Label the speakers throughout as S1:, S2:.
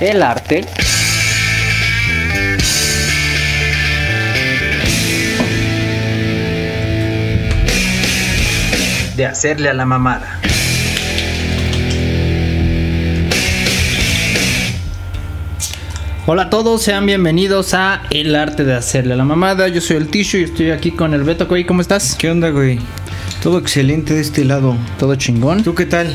S1: el arte.
S2: De hacerle a la mamada.
S1: Hola a todos, sean bienvenidos a El arte de hacerle a la mamada. Yo soy el Tisho y estoy aquí con el Beto, güey. ¿Cómo estás?
S3: ¿Qué onda, güey? Todo excelente de este lado.
S1: Todo chingón.
S3: ¿Tú qué tal?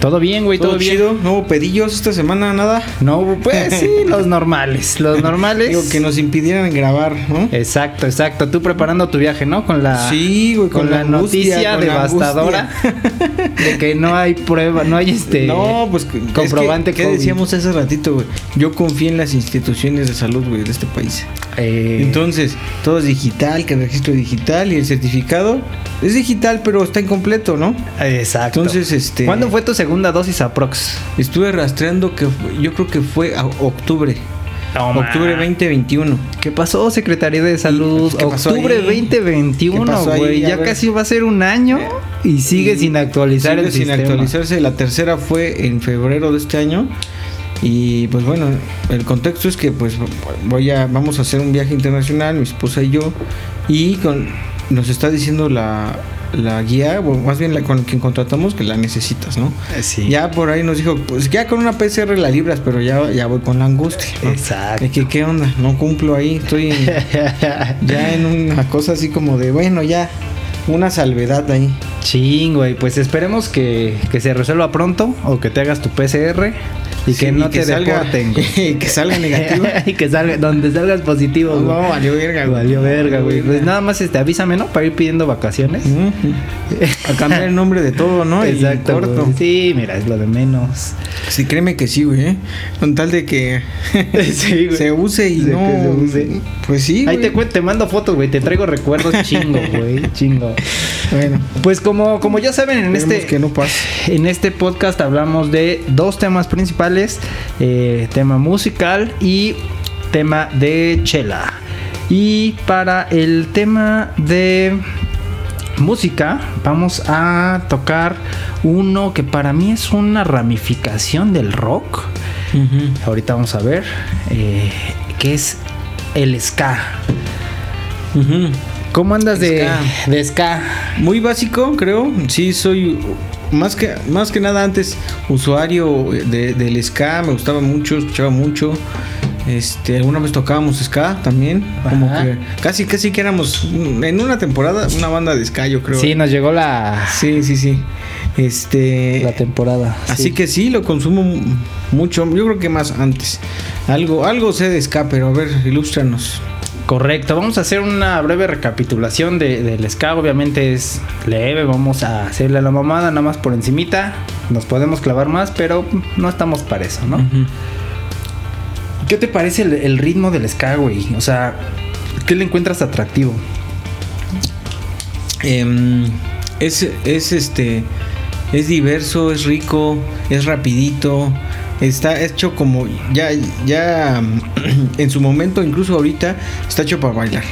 S1: Todo bien, güey, todo,
S3: ¿Todo
S1: bien.
S3: chido? ¿No hubo pedillos esta semana? ¿Nada?
S1: No, pues sí, los normales, los normales.
S3: Digo, que nos impidieran grabar, ¿no?
S1: Exacto, exacto. Tú preparando tu viaje, ¿no? Con la
S3: Sí, güey,
S1: ah, con,
S3: con
S1: la,
S3: la angustia,
S1: noticia
S3: con la
S1: devastadora de que no hay prueba, no hay este
S3: no, pues que- es que-
S1: comprobante
S3: ¿Qué
S1: COVID.
S3: decíamos hace ratito, güey? Yo confío en las instituciones de salud, güey, de este país.
S1: eh,
S3: Entonces, todo es digital, que el registro digital y el certificado es digital, pero está incompleto, ¿no?
S1: exacto.
S3: Entonces, este-
S1: ¿Cuándo fue tu segunda dosis aprox?
S3: Estuve rastreando que fue- yo creo que fue a octubre, octubre 2021.
S1: ¿Qué pasó, Secretaría de Salud?
S3: ¿Qué pasó
S1: Octubre
S3: ahí?
S1: 2021,
S3: ¿Qué pasó ahí?
S1: güey.
S3: A
S1: Ya
S3: ver.
S1: casi va a ser un año y sigue sin actualizar
S3: Sigue
S1: el
S3: sin
S1: sistema.
S3: actualizarse. La tercera fue en febrero de este año. Y pues bueno, el contexto es que pues voy a vamos a hacer un viaje internacional, mi esposa y yo, y con nos está diciendo la, la guía, o más bien la con quien contratamos que la necesitas, ¿no?
S1: Eh, Sí.
S3: Ya por ahí nos dijo, pues ya con una PCR la libras, pero ya, ya voy con la angustia. ¿no?
S1: Exacto.
S3: De que qué onda, no cumplo ahí, estoy en- ya en una cosa así como de, bueno, ya una salvedad ahí.
S1: Ching, güey. Pues esperemos que, que se resuelva pronto o que te hagas tu PCR y
S3: Sí,
S1: que no te
S3: salga-
S1: deporten. güey.
S3: y que salga negativo.
S1: y que salga, donde salgas positivo,
S3: no,
S1: güey.
S3: valió verga, güey.
S1: Valió verga, güey. Pues
S3: Verga.
S1: nada más este, avísame, ¿no? Para ir pidiendo vacaciones.
S3: Ujú. A cambiar el nombre de todo, ¿no? Y
S1: Exacto.
S3: corto.
S1: güey. Sí, mira, es lo de menos.
S3: Sí, créeme que sí, güey. ¿eh? Con tal de que
S1: sí,
S3: se use y
S1: De que
S3: no.
S1: se use.
S3: Pues sí.
S1: Ahí
S3: güey.
S1: te, cuen- te mando fotos, güey. Te traigo recuerdos chingo, güey. Chingo.
S3: Bueno,
S1: Pues como, como ya saben, en
S3: esperemos
S1: este,
S3: que no pase.
S1: en este podcast hablamos de dos temas principales. eh, tema musical y tema de chela. Y para el tema de música vamos a tocar uno que para mí es una ramificación del rock. Ahorita vamos a ver. eh, que es el ska.
S3: Ujú.
S1: ¿Cómo andas de
S3: Ska.
S1: de ska?
S3: Muy básico, creo. Sí, soy más que más que nada antes usuario de- del ska, me gustaba mucho, escuchaba mucho. Este, alguna vez tocábamos ska también, como
S1: Ajá.
S3: que casi casi que éramos mm, en una temporada una banda de ska, yo creo.
S1: Sí, nos llegó la,
S3: sí, sí, sí. Este,
S1: la temporada.
S3: así
S1: Sí.
S3: que sí lo consumo m- mucho, yo creo que más antes. Algo algo sé de ska, pero a ver, ilústranos.
S1: Correcto, vamos a hacer una breve recapitulación de- del ska, obviamente es leve, vamos a hacerle a la mamada nada más por encimita, nos podemos clavar más, pero no estamos para eso, ¿no? ¿Qué te parece el, el ritmo del ska, güey? O sea, ¿qué le encuentras atractivo?
S3: Em, es, es este. Es diverso, es rico, es rapidito. Está hecho como. Ya, ya. En su momento, incluso ahorita, está hecho para bailar.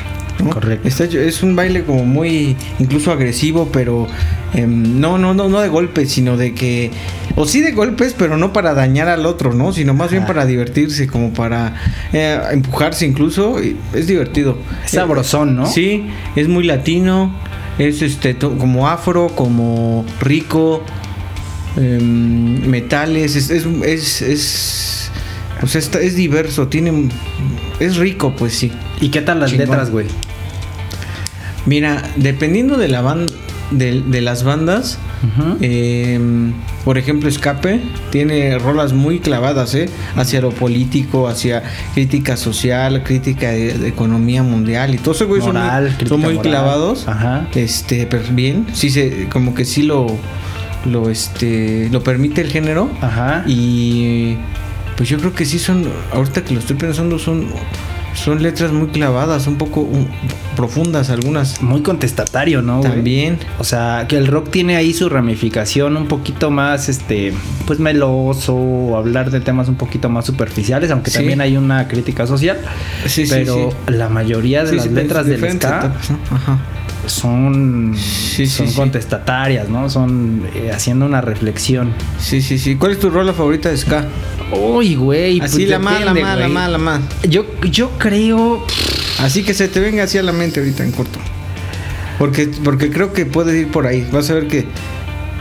S3: ¿no?
S1: Correcto.
S3: Está hecho- es un baile como muy. Incluso agresivo, pero. em, no, no, no, no de golpes, sino de que. O sí de golpes, pero no para dañar al otro, ¿no? Sino más bien
S1: Ajá.
S3: para divertirse, como para eh, empujarse incluso. y Es divertido.
S1: Es sabrosón, ¿no?
S3: Eh, Sí, es muy latino, es este to- como afro, como rico, em, metales, es, es, es, es- o sea, está- es diverso, tiene, es rico, pues sí.
S1: ¿Y qué tal las
S3: Chingón.
S1: letras, güey?
S3: Mira, dependiendo de la banda, de, de las bandas,
S1: Ujú.
S3: em, por ejemplo, Escape tiene rolas muy clavadas, ¿eh? Hacia lo político, hacia crítica social, crítica de, de economía mundial y todo eso, güey, son muy-
S1: Moral,
S3: son muy,
S1: crítica moral.
S3: clavados.
S1: Ajá.
S3: Este, pero bien, sí se, como que sí lo, lo, este, lo permite el género.
S1: Ajá.
S3: Y pues yo creo que sí son, ahorita que lo estoy pensando, son, son letras muy clavadas, un poco um, profundas algunas
S1: Muy contestatario, ¿no? güey?
S3: también.
S1: O sea, que el rock tiene ahí su ramificación un poquito más, este, pues meloso, o hablar de temas un poquito más superficiales, aunque
S3: Sí.
S1: también hay una crítica social.
S3: Sí, sí,
S1: pero
S3: sí.
S1: la mayoría de
S3: Sí,
S1: las
S3: sí,
S1: letras del
S3: diferentes
S1: ska
S3: etapas, ¿no? Ajá.
S1: son,
S3: Sí, sí,
S1: son
S3: sí.
S1: contestatarias, ¿no? Son eh, haciendo una reflexión.
S3: Sí, sí, sí. ¿Cuál es tu rola favorita de Ska?
S1: Uy, güey.
S3: Así
S1: pues
S3: la más, la
S1: depende,
S3: más, la
S1: güey.
S3: más, la más.
S1: Yo, yo creo.
S3: Así que se te venga así a la mente ahorita en corto. Porque, porque creo que puedes ir por ahí. Vas a ver que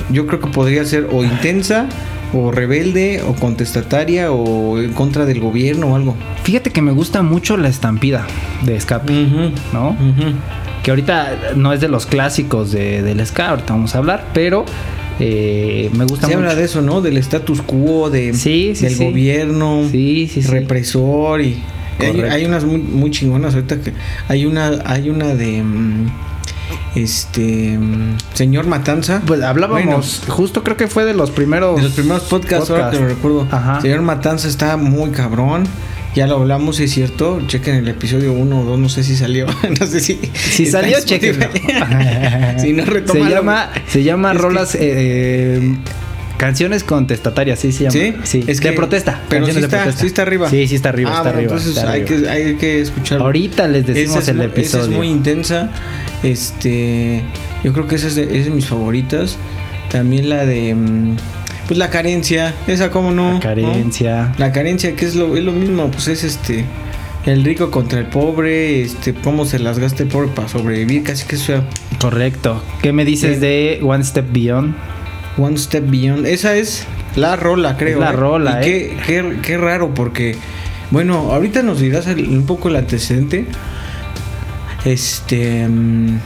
S3: yo creo que podría ser o intensa, o rebelde, o contestataria, o en contra del gobierno o algo.
S1: Fíjate que me gusta mucho la estampida de escape, ¿no? Que ahorita no es de los clásicos de, del ska, ahorita vamos a hablar, pero eh, me gusta
S3: Se
S1: mucho.
S3: habla de eso, ¿no? Del status quo, de,
S1: Sí, sí,
S3: del
S1: sí.
S3: gobierno,
S1: Sí, sí, sí.
S3: represor y... Hay,
S1: Correcto.
S3: hay unas muy, muy chingonas ahorita que... Hay una, hay una de... mm, Este... mm, Señor Matanza.
S1: Pues hablábamos, justo creo que fue de los primeros.
S3: De los primeros podcasts, ahora que lo recuerdo.
S1: Ajá.
S3: Señor Matanza está muy cabrón. Ya lo hablamos, es cierto. Chequen el episodio 1 o 2, no sé si salió. no sé si.
S1: Si
S3: está en
S1: salió,
S3: Spotify.
S1: chequenlo.
S3: si no
S1: se
S3: retomalo.
S1: llama, se llama
S3: Es que-
S1: Rolas. eh, eh, Canciones contestatarias, sí se llama.
S3: ¿Sí?
S1: es
S3: Es
S1: que,
S3: que-
S1: de protesta.
S3: Pero sí
S1: canciones de
S3: está,
S1: protesta.
S3: sí está arriba.
S1: Sí, sí está arriba,
S3: Ah,
S1: está
S3: bueno,
S1: arriba,
S3: Entonces
S1: está
S3: hay,
S1: arriba.
S3: Que, hay que escucharlo.
S1: Ahorita les decimos
S3: Esa es
S1: el
S3: mu- esa
S1: episodio.
S3: es muy intensa. Este, yo creo que esa es de, es de mis favoritas. También la de, mm, pues la carencia. Esa cómo no.
S1: La
S3: ¿no?
S1: carencia.
S3: La carencia que es lo, es lo mismo, pues es este, el rico contra el pobre. Este, cómo se las gasta el pobre para sobrevivir. Casi que sea
S1: Correcto. ¿Qué me dices
S3: Sí.
S1: de One Step Beyond?
S3: One Step Beyond. Esa es la rola, creo.
S1: la rola,
S3: Y
S1: ¿eh?
S3: Qué, qué- qué raro, porque. Bueno, ahorita nos dirás el- un poco el antecedente. Este. mm,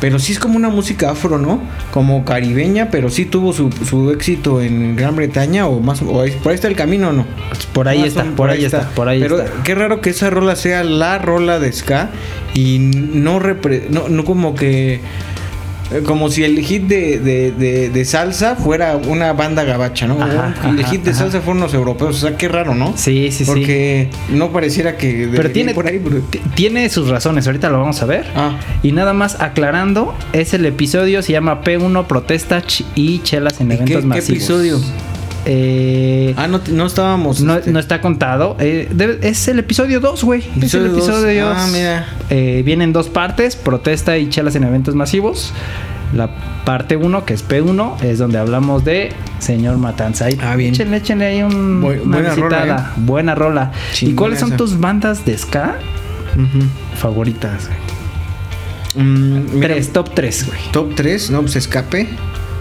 S3: Pero sí es como una música afro, ¿no? Como caribeña, pero sí tuvo su, su éxito en Gran Bretaña o más. O ahí- por ahí está el camino, ¿o ¿no?
S1: Por ahí
S3: Más
S1: está,
S3: o-
S1: por, ahí está, por ahí
S3: Pero
S1: está.
S3: qué raro que esa rola sea la rola de Ska y no, repre- no, no como que. eh, Como si el hit de, de- de- de salsa fuera una banda gabacha, ¿no?
S1: Ajá,
S3: el
S1: ajá,
S3: hit de
S1: ajá.
S3: salsa fueron los europeos, o sea, qué raro, ¿no?
S1: Sí, sí, sí.
S3: Porque no pareciera que. debería ir
S1: tiene-
S3: Por ahí, pero-
S1: T- Tiene sus razones, ahorita lo vamos a ver.
S3: Ah,
S1: Y nada más aclarando, es el episodio, se llama P1 Protesta Ch- y Chelas en
S3: ¿Y qué-
S1: Eventos
S3: qué
S1: Masivos.
S3: episodio?
S1: Eh,
S3: ah, no, no estábamos.
S1: Pues no,
S3: este,
S1: no está contado. eh, debe- es el episodio 2, güey. Es el
S3: Episodio dos.
S1: episodio 2.
S3: Ah, mira.
S1: vienen dos partes, protesta y chelas en eventos masivos. La parte 1, que es P1, es donde hablamos de señor Matanza. Ahí,
S3: Ah, bien.
S1: Échenle, échenle ahí un,
S3: Bu-
S1: una
S3: buena rola,
S1: visitada. Buena rola. ¿Y
S3: Chingona
S1: cuáles son
S3: esa.
S1: tus bandas de ska
S3: ujú.
S1: favoritas? güey?
S3: Mm, mira,
S1: Tres, top 3, güey.
S3: Top 3, no, pues escape.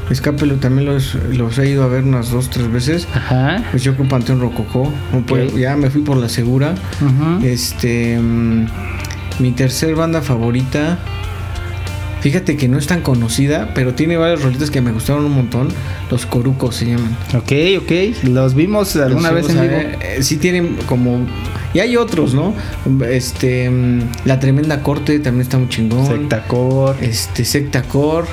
S3: Escape lo, también los, los he ido a ver unas dos, tres veces.
S1: Ajá.
S3: Pues yo con Panteón Rococó. no puedo-
S1: Ok.
S3: ya me fui por la segura.
S1: Ujú.
S3: Este. mm, mi tercer banda favorita. Fíjate que no es tan conocida, pero tiene varias rolitas que me gustaron un montón. Los Corucos se llaman.
S1: Ok, ok. Los vimos alguna
S3: Los
S1: vez en
S3: fuimos a
S1: vivo.
S3: ver, eh, sí tienen como. Y hay otros, ¿no? Este. mm, La Tremenda Corte también está muy chingón
S1: Sectacor.
S3: este secta core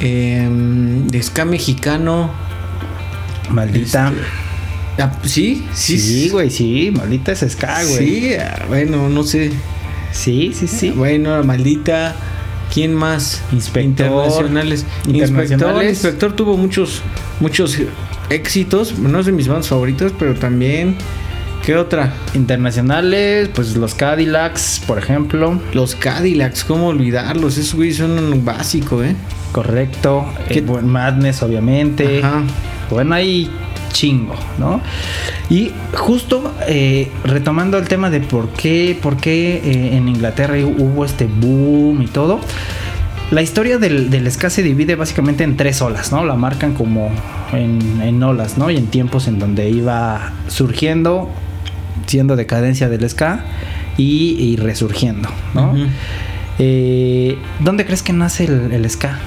S3: em, de ska mexicano
S1: Maldita.
S3: Ah, sí sí
S1: Sí, güey, sí, maldita es ska, güey.
S3: sí ah, bueno no sé
S1: Sí, sí, sí.
S3: bueno la maldita quién más
S1: Inspector.
S3: internacionales inspector
S1: Internacionales.
S3: inspector tuvo muchos muchos éxitos no es de mis bandas favoritas pero también qué otra
S1: Internacionales, pues los Cadillacs, por ejemplo.
S3: los Cadillacs cómo olvidarlos esos güey son un básico eh
S1: Correcto.
S3: ¿Qué-
S1: Eh, buen Madness, obviamente.
S3: Ajá.
S1: Bueno, ahí chingo, ¿no? Y justo eh, retomando el tema de por qué, por qué eh, en Inglaterra hubo este boom y todo. La historia del, del ska se divide básicamente en tres olas, ¿no? La marcan como en, en olas, ¿no? Y en tiempos en donde iba surgiendo, siendo decadencia del ska y, y resurgiendo, ¿no?
S3: Ujú.
S1: Eh, ¿Dónde crees que nace el, el ska?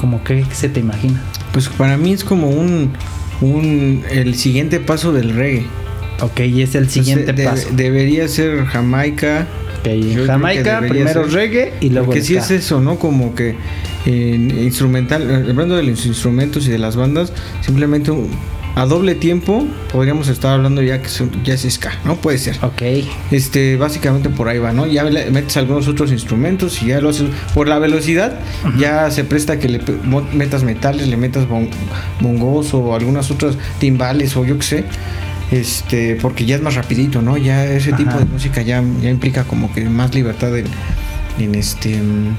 S1: Como que se te imagina.
S3: pues para mí es como un un el siguiente paso del reggae
S1: Ok, y es el siguiente
S3: Entonces, de-
S1: paso.
S3: debería ser Jamaica.
S1: Ok,
S3: yo creo que
S1: Jamaica,
S3: debería
S1: primero
S3: ser.
S1: reggae y luego
S3: Porque
S1: el
S3: sí
S1: ska.
S3: es eso, ¿no? Como que en instrumental, eh, hablando de los instrumentos y de las bandas, simplemente un- a doble tiempo podríamos estar hablando ya que son- ya es ska, ¿no? Puede ser.
S1: Ok,
S3: Este, básicamente por ahí va, ¿no? Ya le metes algunos otros instrumentos y ya lo haces. Por la velocidad, ya se presta que le pe- mo- metas metales, le metas bon- bongos o algunas otras timbales o yo qué sé. Este, porque ya es más rapidito, ¿no? Ya ese tipo
S1: Ajá.
S3: de música ya, ya implica como que más libertad de, en este,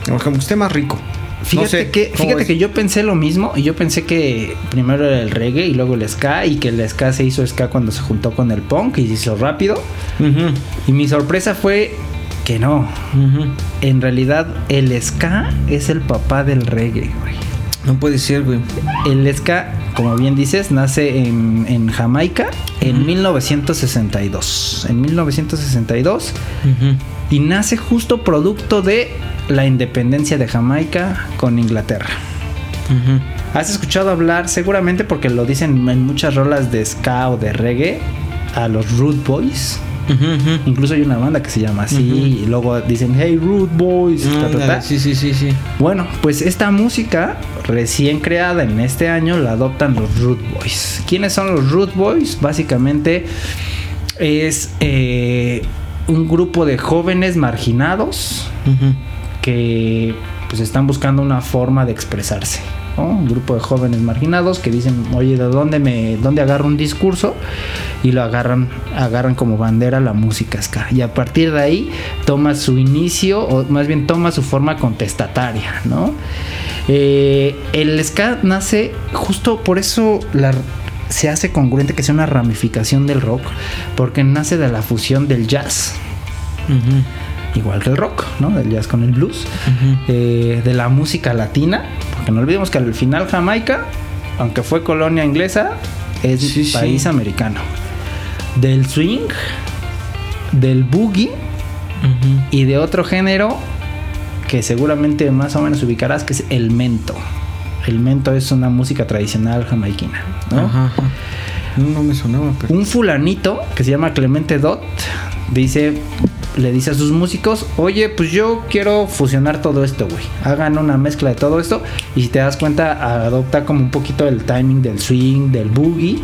S3: o como que esté más rico.
S1: Fíjate, que, fíjate que yo pensé lo mismo y yo pensé que primero era el reggae y luego el ska y que el ska se hizo ska cuando se juntó con el punk y se hizo rápido. Y mi sorpresa fue que no. En realidad el ska es el papá del reggae, güey.
S3: No puede ser, güey.
S1: El ska, como bien dices, nace en, en Jamaica en 1962. En 1962 y nace justo producto de la independencia de Jamaica con Inglaterra. Has escuchado hablar, seguramente porque lo dicen en muchas rolas de ska o de reggae, a los Root Boys. Incluso hay una banda que se llama así y luego dicen Hey Root Boys. ta, ta, ta.
S3: Ándale, Sí, sí, sí, sí.
S1: Bueno, pues esta música recién creada en este año la adoptan los Root Boys. ¿Quiénes son los Root Boys? Básicamente es eh, un grupo de jóvenes marginados
S3: Ujú.
S1: que pues están buscando una forma de expresarse. ¿no? Un grupo de jóvenes marginados que dicen, oye, ¿de dónde me, dónde agarro un discurso? Y lo agarran, agarran como bandera la música ska. Y a partir de ahí toma su inicio, o más bien toma su forma contestataria, ¿no? Eh, el ska nace justo por eso la- se hace congruente que sea una ramificación del rock, porque nace de la fusión del jazz,
S3: Ujú.
S1: igual que el rock, ¿no? Del jazz con el blues
S3: Ujú.
S1: eh, de la música latina, porque no olvidemos que al final Jamaica, aunque fue colonia inglesa, es
S3: Sí, sí.
S1: país americano. Del swing, del boogie
S3: Ujú.
S1: y de otro género que seguramente más o menos ubicarás, que es el mento. El mento es una música tradicional jamaiquina. ¿no?
S3: Ajá, ajá. No, no me sonaba, pero.
S1: Un fulanito que se llama Clemente Dot dice, le dice a sus músicos, oye, pues yo quiero fusionar todo esto, güey. Hagan una mezcla de todo esto y si te das cuenta adopta como un poquito el timing del swing, del boogie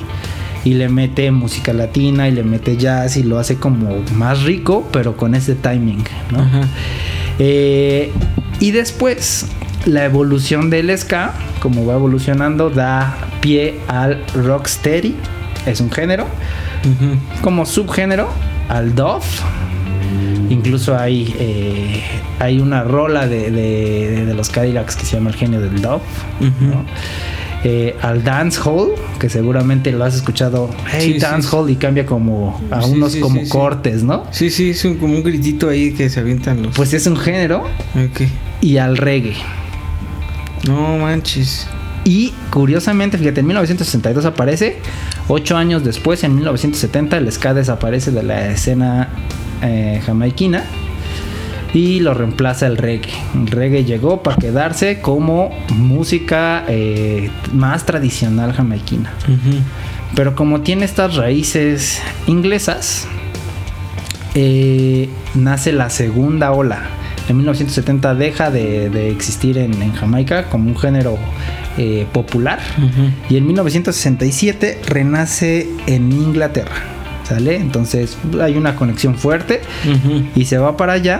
S1: y le mete música latina y le mete jazz y lo hace como más rico, pero con ese timing, ¿no?
S3: Ajá.
S1: Eh, y después, la evolución del ska, como va evolucionando, da pie al rocksteady, es un género,
S3: Ujú.
S1: como subgénero, al dove. Incluso hay, eh, hay una rola de, de- de los Cadillacs que se llama El genio del dove.
S3: Ujú.
S1: ¿no? Eh, al dance hall, que seguramente lo has escuchado, hey
S3: Sí, sí,
S1: dance
S3: sí.
S1: hall, y cambia como a
S3: Sí,
S1: unos
S3: sí,
S1: como
S3: sí, sí.
S1: cortes, ¿no?
S3: Sí, sí, es un- como un gritito ahí que se avientan los.
S1: Pues es un género,
S3: Ok.
S1: y al reggae.
S3: No manches.
S1: Y curiosamente, fíjate, en 1962 aparece, ocho años después, en 1970, el ska desaparece de la escena eh, jamaiquina y lo reemplaza el reggae. El reggae llegó para quedarse como música eh, más tradicional jamaiquina. Pero como tiene estas raíces inglesas, eh, nace la segunda ola. En 1970 deja de, de existir en, en Jamaica como un género eh, popular. Y en 1967 renace en Inglaterra. ¿Sale? Entonces hay una conexión fuerte y se va para allá.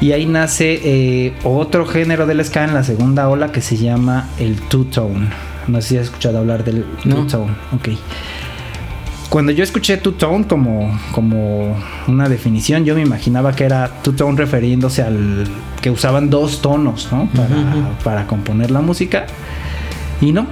S1: Y ahí nace eh, otro género del ska en la segunda ola que se llama el two-tone. No sé si has escuchado hablar del
S3: No.
S1: two-tone. Ok. Cuando yo escuché two-tone como, como una definición, yo me imaginaba que era two-tone refiriéndose al que usaban dos tonos, ¿no? Para,
S3: Ujú.
S1: para componer la música. Y no.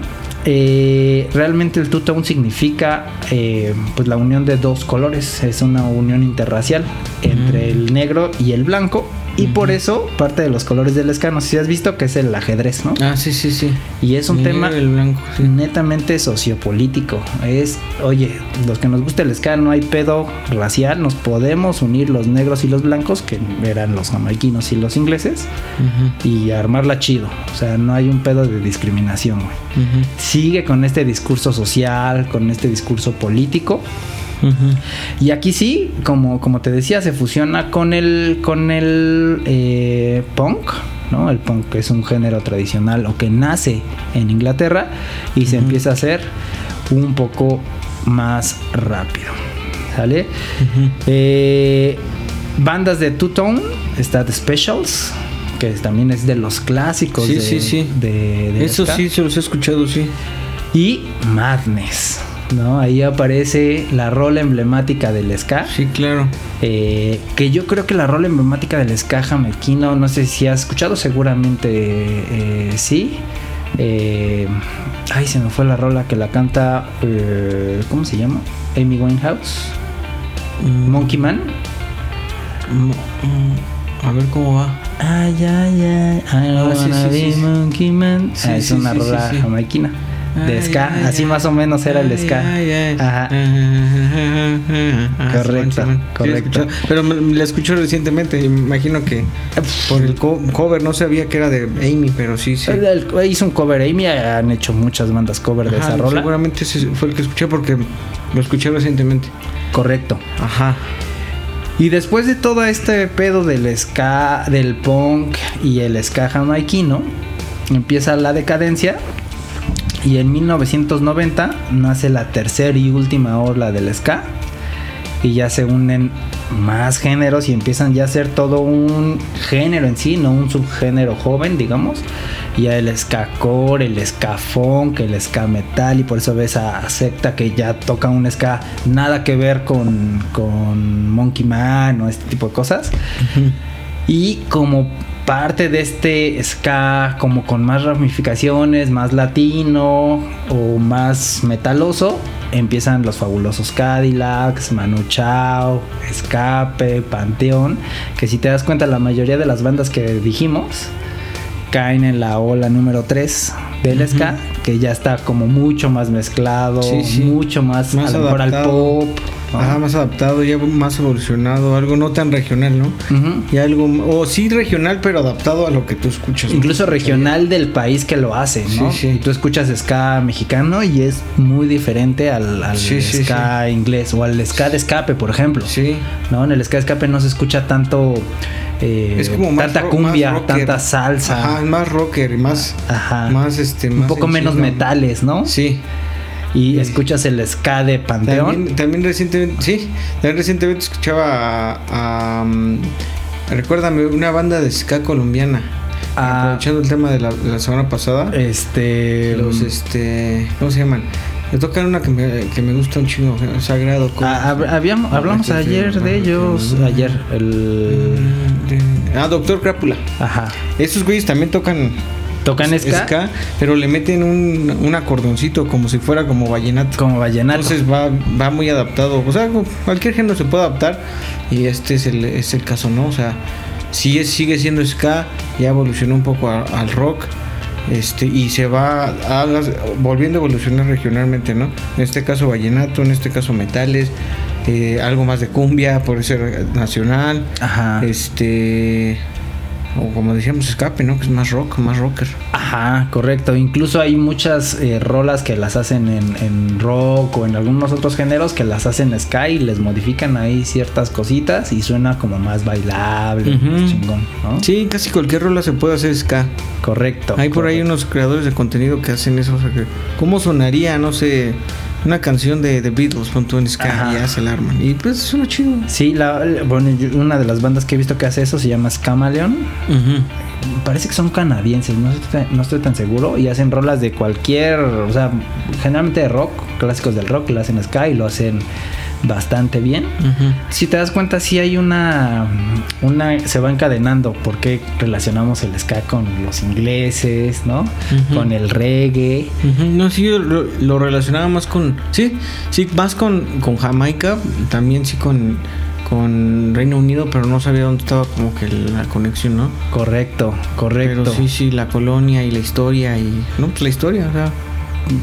S1: eh, realmente el two-tone significa eh, pues la unión de dos colores. Es una unión interracial entre
S3: Mm.
S1: el negro y el blanco. Y por eso parte de los colores del escano, si has visto que es el ajedrez, ¿no?
S3: Ah, sí, sí, sí.
S1: Y es un
S3: Negro,
S1: tema
S3: El blanco, sí.
S1: netamente sociopolítico. Es, oye, los que nos gusta el ska no hay pedo racial, nos podemos unir los negros y los blancos, que eran los jamaiquinos y los ingleses,
S3: Ujú,
S1: y armarla chido. O sea, no hay un pedo de discriminación, güey.
S3: ujú,
S1: Sigue con este discurso social, con este discurso político.
S3: ujú.
S1: Y aquí sí, como, como te decía, se fusiona con el, con el eh, punk, ¿no? El punk es un género tradicional o que nace en Inglaterra y se empieza a hacer un poco más rápido, ¿sale? Eh, bandas de Two Tone, está The Specials, que también es de los clásicos
S3: Sí,
S1: de,
S3: sí, sí.
S1: de- de
S3: Eso
S1: ska.
S3: sí, se los he escuchado, sí.
S1: Y Madness. ¿no? Ahí aparece la rola emblemática del ska.
S3: Sí, claro.
S1: eh, que yo creo que la rola emblemática del ska jamequino, no sé si has escuchado, seguramente eh, sí. Eh, ay, se me fue la rola que la canta, eh, ¿cómo se llama? Amy Winehouse. Monkey Man.
S3: Mm, mm, A ver cómo va.
S1: Ay, ay, ay, I don't
S3: Ah, sí,
S1: wanna
S3: sí,
S1: be
S3: sí, sí.
S1: Monkey Man.
S3: Sí,
S1: Ah, es
S3: sí,
S1: una
S3: sí,
S1: rola
S3: sí, sí.
S1: jamaiquina de
S3: Ay,
S1: ska,
S3: ay,
S1: así
S3: ay.
S1: más o menos era el
S3: Ay,
S1: ska.
S3: ay, ay. Eh,
S1: Ajá.
S3: Ah,
S1: Correcto,
S3: Simón, Simón. Sí, la he
S1: correcto.
S3: escuchado. Pero me- me la escuché recientemente, y me imagino que por el co- cover no sabía que era de Amy, pero sí, sí.
S1: El- el- hizo un cover, Amy han hecho muchas bandas cover de
S3: Ajá,
S1: esa rola.
S3: Seguramente ese fue el que escuché porque lo escuché recientemente.
S1: Correcto.
S3: Ajá.
S1: Y después de todo este pedo del ska, del punk y el ska jamaiquino, empieza la decadencia. Y en 1990 nace la tercera y última ola del ska. Y ya se unen más géneros y empiezan ya a ser todo un género en sí, no un subgénero joven, digamos. Ya el ska core, el ska funk, el ska metal, y por eso ves a secta que ya toca un ska nada que ver con, con Monkey Man o este tipo de cosas. Y como parte de este ska, como con más ramificaciones, más latino o más metaloso, empiezan los fabulosos Cadillacs, Manu Chao, Escape, Panteón, que si te das cuenta la mayoría de las bandas que dijimos caen en la ola número 3 del ska, que ya está como mucho más mezclado,
S3: Sí, sí.
S1: mucho más,
S3: Más
S1: a lo mejor, al
S3: adaptado.
S1: pop. ¿no?
S3: Ajá, más adaptado, ya más evolucionado, algo no tan regional, ¿no?
S1: Ujú.
S3: Y algo, o sí regional, pero adaptado a lo que tú escuchas. ¿no?
S1: Incluso regional del país que lo hace, ¿no?
S3: Sí, sí.
S1: Y tú escuchas ska mexicano y es muy diferente al, al
S3: Sí, sí,
S1: ska inglés o al ska de escape, por ejemplo.
S3: Sí.
S1: ¿No? En el ska de escape no se escucha tanto. eh,
S3: Es como más
S1: tanta
S3: ro-
S1: cumbia,
S3: más rocker.
S1: tanta salsa.
S3: Ajá, es más rocker, más,
S1: Ajá.
S3: más este,
S1: un
S3: más
S1: poco
S3: sencillo.
S1: menos metales, ¿no?
S3: Sí.
S1: Y
S3: Sí.
S1: escuchas el ska de Panteón.
S3: También, también recientemente, sí, también recientemente escuchaba a, a, mm, recuérdame una banda de ska colombiana.
S1: Ah.
S3: Aprovechando el tema de la, de la semana pasada,
S1: Este.
S3: los este, ¿cómo se llaman? Me tocan una que me, que me gusta un chingo, eh, Sagrado. ¿cómo
S1: ah,
S3: se
S1: hab-
S3: llama?
S1: habíamos- hablamos
S3: Ah, sí, sí,
S1: ayer
S3: sí,
S1: de
S3: sí,
S1: ellos.
S3: sí.
S1: Ayer, el.
S3: Ah, Doctor Crápula.
S1: Ajá.
S3: Estos güeyes también tocan
S1: Tocan ska,
S3: ska, pero le meten un, un acordoncito como si fuera como vallenato.
S1: como vallenato.
S3: Entonces va, va muy adaptado. O sea, cu- cualquier género se puede adaptar. Y este es el, es el caso, ¿no? O sea, sigue, sigue siendo ska, ya evolucionó un poco a- al rock. Este, y se va a- a- volviendo a evolucionar regionalmente, ¿no? En este caso vallenato, en este caso metales, eh, algo más de cumbia, por ser nacional, Ah.
S1: Ajá.
S3: este, o como decíamos escape, ¿no? Que es más rock, más rocker.
S1: Ajá, correcto. Incluso hay muchas eh, rolas que las hacen en, en rock o en algunos otros géneros que las hacen ska y les modifican ahí ciertas cositas y suena como más bailable,
S3: Ujú.
S1: más chingón, ¿no?
S3: Sí, casi cualquier rola se puede hacer ska.
S1: Correcto.
S3: Hay por ahí
S1: correcto.
S3: unos creadores de contenido que hacen eso. o sea, que, ¿Cómo sonaría, no sé, una canción de The Beatles con en Ska
S1: Ajá.
S3: y ya se la arman? Y pues suena chido.
S1: Sí, la, la- bueno, yo- una de las bandas que he visto que hace eso se llama Scamaleon. Parece que son canadienses, no estoy, tan- no estoy tan seguro. Y hacen rolas de cualquier, o sea, generalmente de rock, clásicos del rock, que lo hacen ska y lo hacen bastante bien. Si te das cuenta, sí hay una, una. Se va encadenando. Porque relacionamos el ska con los ingleses, ¿no?
S3: Ujú.
S1: Con el reggae.
S3: Ujú, No, sí, yo lo, lo relacionaba más con. Sí, sí, más con, con Jamaica, también sí con, con Reino Unido, pero no sabía dónde estaba como que la conexión, ¿no?
S1: Correcto, correcto.
S3: Pero sí, sí, la colonia y la historia y. No, pues la historia, o sea.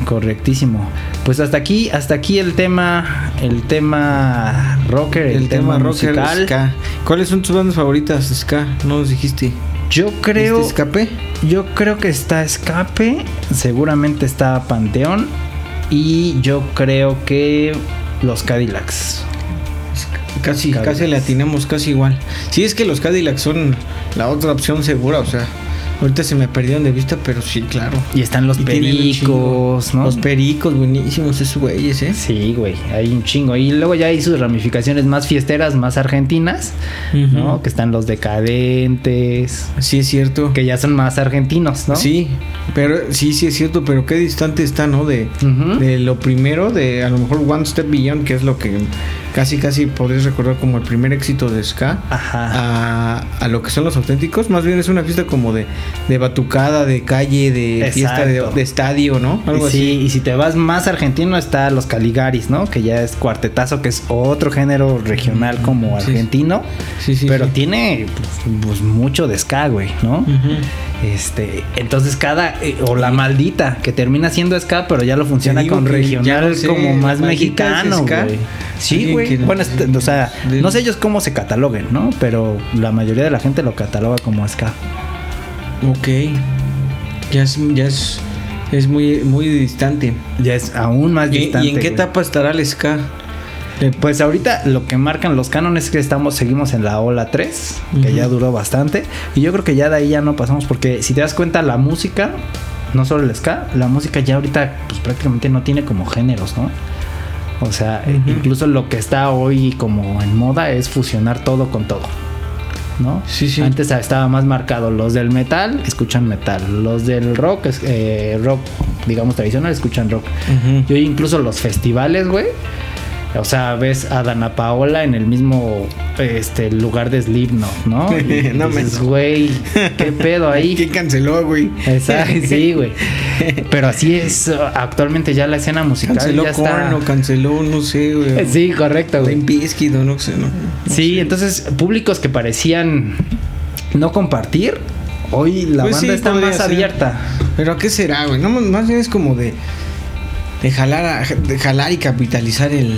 S1: Correctísimo. Pues hasta aquí, hasta aquí el tema. El tema rocker, el, tema,
S3: rocker
S1: musical.
S3: ska. ¿Cuáles son tus bandas favoritas, Ska? No nos dijiste.
S1: Yo
S3: Este
S1: creo.
S3: ¿Dijiste escape?
S1: Yo creo que está Escape, seguramente está Panteón y yo creo que los Cadillacs.
S3: Casi,
S1: Cadillacs.
S3: casi le atinamos, casi igual. Sí, es que los Cadillacs son la otra opción segura, o sea, Ahorita se me perdieron de vista, pero sí, claro.
S1: Y están los
S3: Y tienen un
S1: pericos,
S3: chingo.
S1: ¿no?
S3: Los pericos, buenísimos esos güeyes, ¿eh?
S1: Sí, güey, hay un chingo. Y luego ya hay sus ramificaciones más fiesteras, más argentinas, ¿no?
S3: Ujú.
S1: Que están los decadentes,
S3: Sí, es cierto.
S1: que ya son más argentinos, ¿no?
S3: Sí, pero sí, sí es cierto, pero qué distante está, ¿no? De,
S1: Ujú.
S3: de lo primero, de a lo mejor One Step Beyond, que es lo que casi, casi podrías recordar como el primer éxito de Ska.
S1: Ajá.
S3: a, a lo que son los auténticos. Más bien es una fiesta como de, de batucada, de calle, de fiesta de,
S1: Exacto.
S3: de estadio, ¿no?
S1: Y
S3: Algo
S1: sí, y si te vas más argentino está los Caligaris, ¿no? Que ya es cuartetazo, que es otro género regional como
S3: Sí, sí.
S1: argentino,
S3: así. Sí, sí.
S1: pero
S3: sí.
S1: tiene pues, pues, mucho de ska, güey, ¿no?
S3: Ujú.
S1: Este, entonces cada eh, o la maldita que termina siendo ska, pero ya lo funciona
S3: Te digo
S1: con
S3: que ya
S1: regional
S3: no sé,
S1: como
S3: la
S1: más
S3: maldita es
S1: mexicano,
S3: ska.
S1: güey. Sí,
S3: Alguien
S1: güey.
S3: que no-
S1: Bueno, este, o sea,
S3: de-
S1: no sé ellos cómo se cataloguen, ¿no? Pero la mayoría de la gente lo cataloga como ska.
S3: Ok. Ya es, ya es, es muy, muy distante.
S1: Ya es aún más
S3: ¿Y, y
S1: distante.
S3: en qué
S1: güey.
S3: etapa estará el ska?
S1: Eh, Pues ahorita lo que marcan los cánones es que estamos, seguimos en la ola 3, que
S3: Ujú.
S1: ya duró bastante. Y yo creo que ya de ahí ya no pasamos, porque si te das cuenta, la música, no solo el ska, la música ya ahorita pues prácticamente no tiene como géneros, ¿no? O sea, eh,
S3: Ujú.
S1: incluso lo que está hoy como en moda es fusionar todo con todo. ¿No?
S3: Sí, sí.
S1: Antes estaba más marcado. Los del metal escuchan metal. Los del rock, es- eh, rock, digamos tradicional, escuchan rock. Y hoy incluso los festivales, güey. O sea, ves a Dana Paola en el mismo este, lugar de Slipknot, ¿no? Y
S3: No
S1: dices,
S3: me-
S1: güey, qué pedo
S3: ¿Quién
S1: ahí.
S3: canceló, güey?
S1: Exacto, sí, güey. Pero así es uh, actualmente ya la escena musical.
S3: Canceló
S1: ya
S3: Korn
S1: está...
S3: o canceló, no sé, güey.
S1: Sí, correcto, güey.
S3: Limp Bizkit o no sé, ¿no?
S1: Sí, entonces públicos que parecían no compartir, hoy la
S3: Pues
S1: banda
S3: sí,
S1: está
S3: podría
S1: más
S3: ser.
S1: abierta.
S3: Pero ¿a qué será, güey? No, más bien es como de, de jalar a- de jalar y capitalizar el,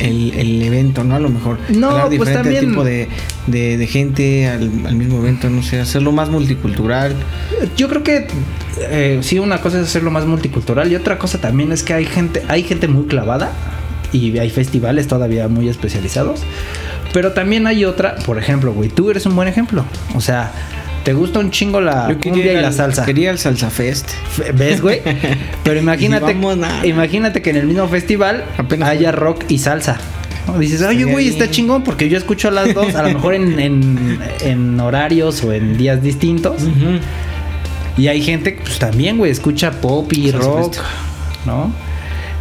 S3: el- el evento, ¿no? A lo mejor.
S1: No,
S3: jalar
S1: pues
S3: diferente
S1: también-
S3: tipo de, de- de gente al, al mismo evento, no sé, hacerlo más multicultural.
S1: Yo creo que eh, sí, una cosa es hacerlo más multicultural y otra cosa también es que hay gente, hay gente muy clavada y hay festivales todavía muy especializados. Pero también hay otra, por ejemplo, güey, tú eres un buen ejemplo. O sea, te gusta Ah, un chingo la
S3: Yo
S1: cumbia y
S3: ir
S1: la
S3: al-
S1: salsa.
S3: Quería el salsa fest.
S1: F- ¿Ves, güey? Pero imagínate,
S3: Ni vamos nada.
S1: imagínate que en el mismo festival
S3: Apenas-
S1: haya rock y salsa. ¿no? Dices, oye,
S3: Estaría
S1: güey,
S3: bien.
S1: está chingón porque yo escucho a las dos, a lo mejor en, en- en horarios o en días distintos. Y hay gente que pues, también, güey, escucha pop y
S3: Por
S1: rock,
S3: supuesto.
S1: ¿no?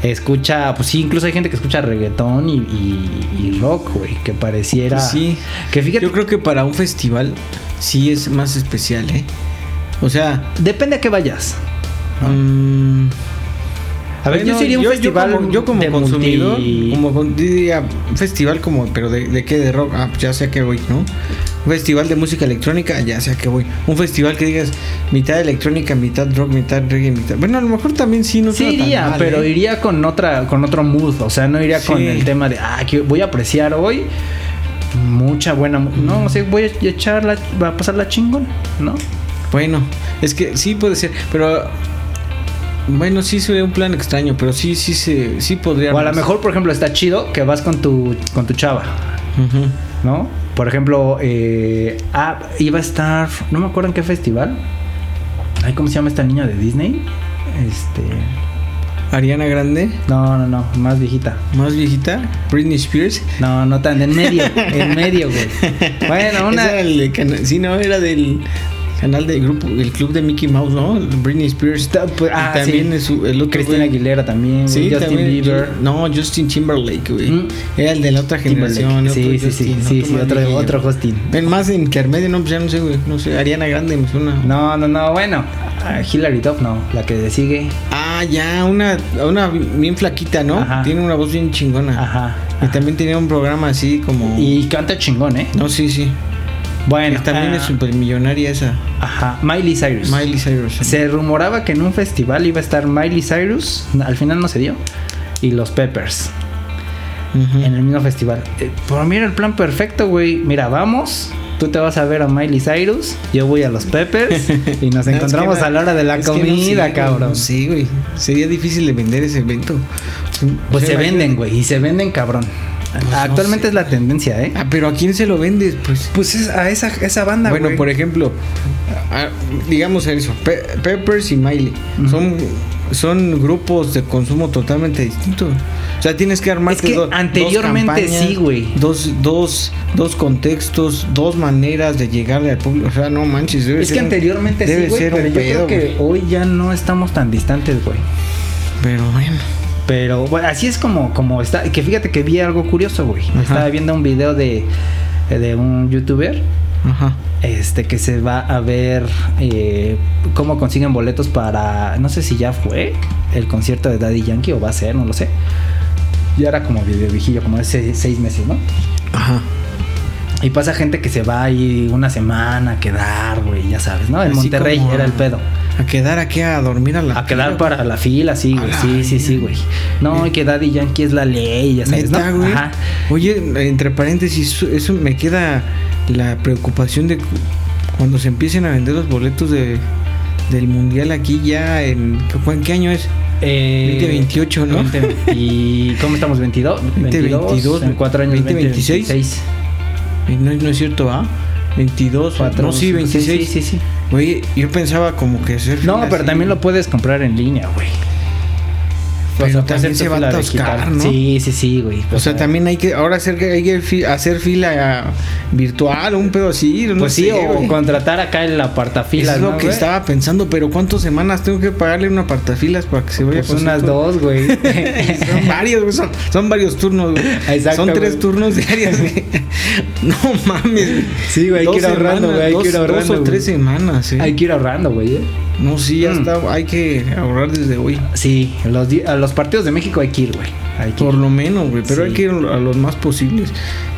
S1: Escucha, pues sí, incluso hay gente que escucha reggaetón y, y- y rock, güey, que pareciera...
S3: Pues Sí.
S1: Que fíjate,
S3: Yo creo que para un festival sí es más especial, ¿eh? O sea,
S1: depende a qué vayas. Ah.
S3: mm,
S1: A ver, yo
S3: Bueno,
S1: sí iría a un festival
S3: como, yo como
S1: de
S3: consumidor,
S1: multi-
S3: como con- yo diría un festival como, pero de, de qué, de rock, ah, pues ya sé a qué voy, ¿no? Un festival de música electrónica, ya sé a qué voy. Un festival que digas mitad electrónica, mitad rock, mitad reggae, mitad. Bueno, a lo mejor también sí, no
S1: Sí
S3: suena tan
S1: iría,
S3: mal,
S1: pero
S3: ¿eh?
S1: iría con otra, con otro mood, o sea, no iría con
S3: Sí.
S1: el tema de, ah, que voy a apreciar hoy mucha buena, mu- no, o sea, voy a echar la, va a pasar la chingón, ¿no?
S3: Bueno, es que sí puede ser, pero. Bueno, sí sería un plan extraño, pero sí, sí, se, sí podría.
S1: O a lo
S3: más.
S1: mejor, por ejemplo, está chido que vas con tu, con tu chava,
S3: Ujú.
S1: ¿no? Por ejemplo, eh, ah, iba a estar, no me acuerdo en qué festival, ay, ¿cómo se llama esta niña de Disney? Este,
S3: Ariana Grande,
S1: no, no, no, más viejita.
S3: más viejita, Britney Spears.
S1: No, no tan, en medio, en medio, güey. Bueno, una...
S3: Ese era el cana- sí, no, era del canal del grupo, el club de Mickey Mouse, ¿no? Britney Spears.
S1: Ta- pues, ah,
S3: y también
S1: sí.
S3: es su- el otro
S1: Cristina
S3: güey.
S1: Aguilera también,
S3: Sí,
S1: güey, Justin
S3: también,
S1: Bieber.
S3: No, Justin Timberlake, güey.
S1: Mm.
S3: Era el de la otra
S1: Timberlake.
S3: generación.
S1: sí, sí, sí, sí, sí, otro, otro Justin.
S3: En más intermedio, no, pues ya no sé, güey. No sé, Ariana Grande me suena.
S1: No, no, no, bueno. ah, Hillary Duff, no, la que le sigue.
S3: Ah, ya, una, una bien flaquita, ¿no?
S1: Ajá.
S3: Tiene una voz bien chingona.
S1: Ajá.
S3: Ah. Y también tenía un programa así como.
S1: Y canta chingón, ¿eh?
S3: No, sí, sí.
S1: Bueno,
S3: también
S1: ah,
S3: es supermillonaria esa.
S1: Ajá, Miley Cyrus.
S3: Miley Cyrus.
S1: Se rumoraba que en un festival iba a estar Miley Cyrus, al final no se dio, y los Peppers
S3: Ujú.
S1: en el mismo festival. Eh, por mí era el plan perfecto, güey. Mira, vamos. Tú te vas a ver a Miley Cyrus, yo voy a los Peppers y nos
S3: No, es que
S1: encontramos
S3: no-
S1: a la hora de la
S3: es que no
S1: comida,
S3: sé,
S1: cabrón.
S3: güey, no sé, güey. Sería difícil de vender ese evento.
S1: Pues
S3: O sea,
S1: se
S3: imagínate-
S1: venden, güey, y se venden cabrón. Actualmente es la tendencia, ¿eh?
S3: Ah, pero ¿a quién se lo vendes? Pues.
S1: Pues es a esa, esa banda,
S3: bueno,
S1: güey.
S3: por ejemplo, a- digamos eso, Pe- Peppers y Miley son, son grupos de consumo totalmente distintos. O sea, tienes que armarte
S1: que
S3: do- dos
S1: anteriormente
S3: campañas,
S1: sí, güey.
S3: Dos, dos, dos contextos, dos maneras de llegarle al público. O sea, no manches. debe
S1: es que
S3: ser un-
S1: anteriormente sí,
S3: debe
S1: güey,
S3: ser
S1: pero
S3: un
S1: yo creo
S3: pedo,
S1: que
S3: güey.
S1: hoy ya no estamos tan distantes, güey.
S3: Pero bueno.
S1: Pero bueno, así es como, como está. Que fíjate que vi algo curioso, güey.
S3: Ajá.
S1: Estaba viendo un video de, de un youtuber
S3: Ajá.
S1: este que se va a ver eh, cómo consiguen boletos para. No sé si ya fue el concierto de Daddy Yankee o va a ser, no lo sé. Ya era como video vigillo, como hace seis meses, ¿no?
S3: Ajá.
S1: Y pasa gente que se va ahí una semana a quedar, güey, ya sabes, ¿no? En
S3: Así
S1: Monterrey
S3: como a-
S1: era el pedo.
S3: A quedar aquí a dormir a la.
S1: A quedar para la fila, sí,
S3: A
S1: güey.
S3: la
S1: Sí, sí, sí,
S3: verga.
S1: güey. No, y que Daddy Yankee es la ley, ya sabes,
S3: Neta,
S1: ¿no?
S3: güey.
S1: Ajá.
S3: Oye, entre paréntesis, eso me queda la preocupación de cu- cuando se empiecen a vender los boletos de, del mundial aquí ya en ¿cu- cu- qué año es?
S1: Eh,
S3: 2028, ¿no?
S1: 20, ¿Y cómo estamos? ¿22?
S3: 2022,
S1: 22, en cuatro años,
S3: 2026.
S1: 2026.
S3: Eh, No, no es cierto, ¿ah? 22,
S1: Cuatro,
S3: no, sí,
S1: cinco, seis,
S3: 26.
S1: Sí, sí, sí.
S3: Oye, yo pensaba como que hacer
S1: No,
S3: fila
S1: pero
S3: así.
S1: también lo puedes comprar en línea, güey.
S3: Pero
S1: puedes
S3: también
S1: hacer
S3: se
S1: tu
S3: va a
S1: fila
S3: atascar,
S1: digital.
S3: ¿no?
S1: Sí, sí, sí, güey.
S3: O sea, también hay que ahora hacer hay que fi- hacer fila ah, virtual, un pedo así, no
S1: Pues sí,
S3: sé,
S1: o
S3: güey.
S1: contratar acá en la apartafila.
S3: es lo
S1: ¿no,
S3: que
S1: güey?
S3: estaba pensando, pero ¿cuántas semanas tengo que pagarle una apartafilas para que se vaya
S1: Pues
S3: con su
S1: unas
S3: turno?
S1: dos, güey.
S3: Son varios, güey, son, son varios turnos, güey.
S1: Exacto,
S3: son tres
S1: güey.
S3: turnos diarios, güey. No mames, güey.
S1: Sí, güey, hay
S3: Dos
S1: que ir ahorrando,
S3: semanas,
S1: güey, hay que
S3: dos-
S1: ir ahorrando,
S3: Dos o
S1: güey.
S3: tres semanas, eh.
S1: Hay que ir ahorrando, güey. ¿eh?
S3: No, sí, ya
S1: Mm.
S3: está, hay que ahorrar desde hoy.
S1: Sí, los di- a los partidos de México hay que ir, güey. Hay que ir.
S3: Por lo menos, güey, pero
S1: Sí.
S3: hay que ir a los más posibles.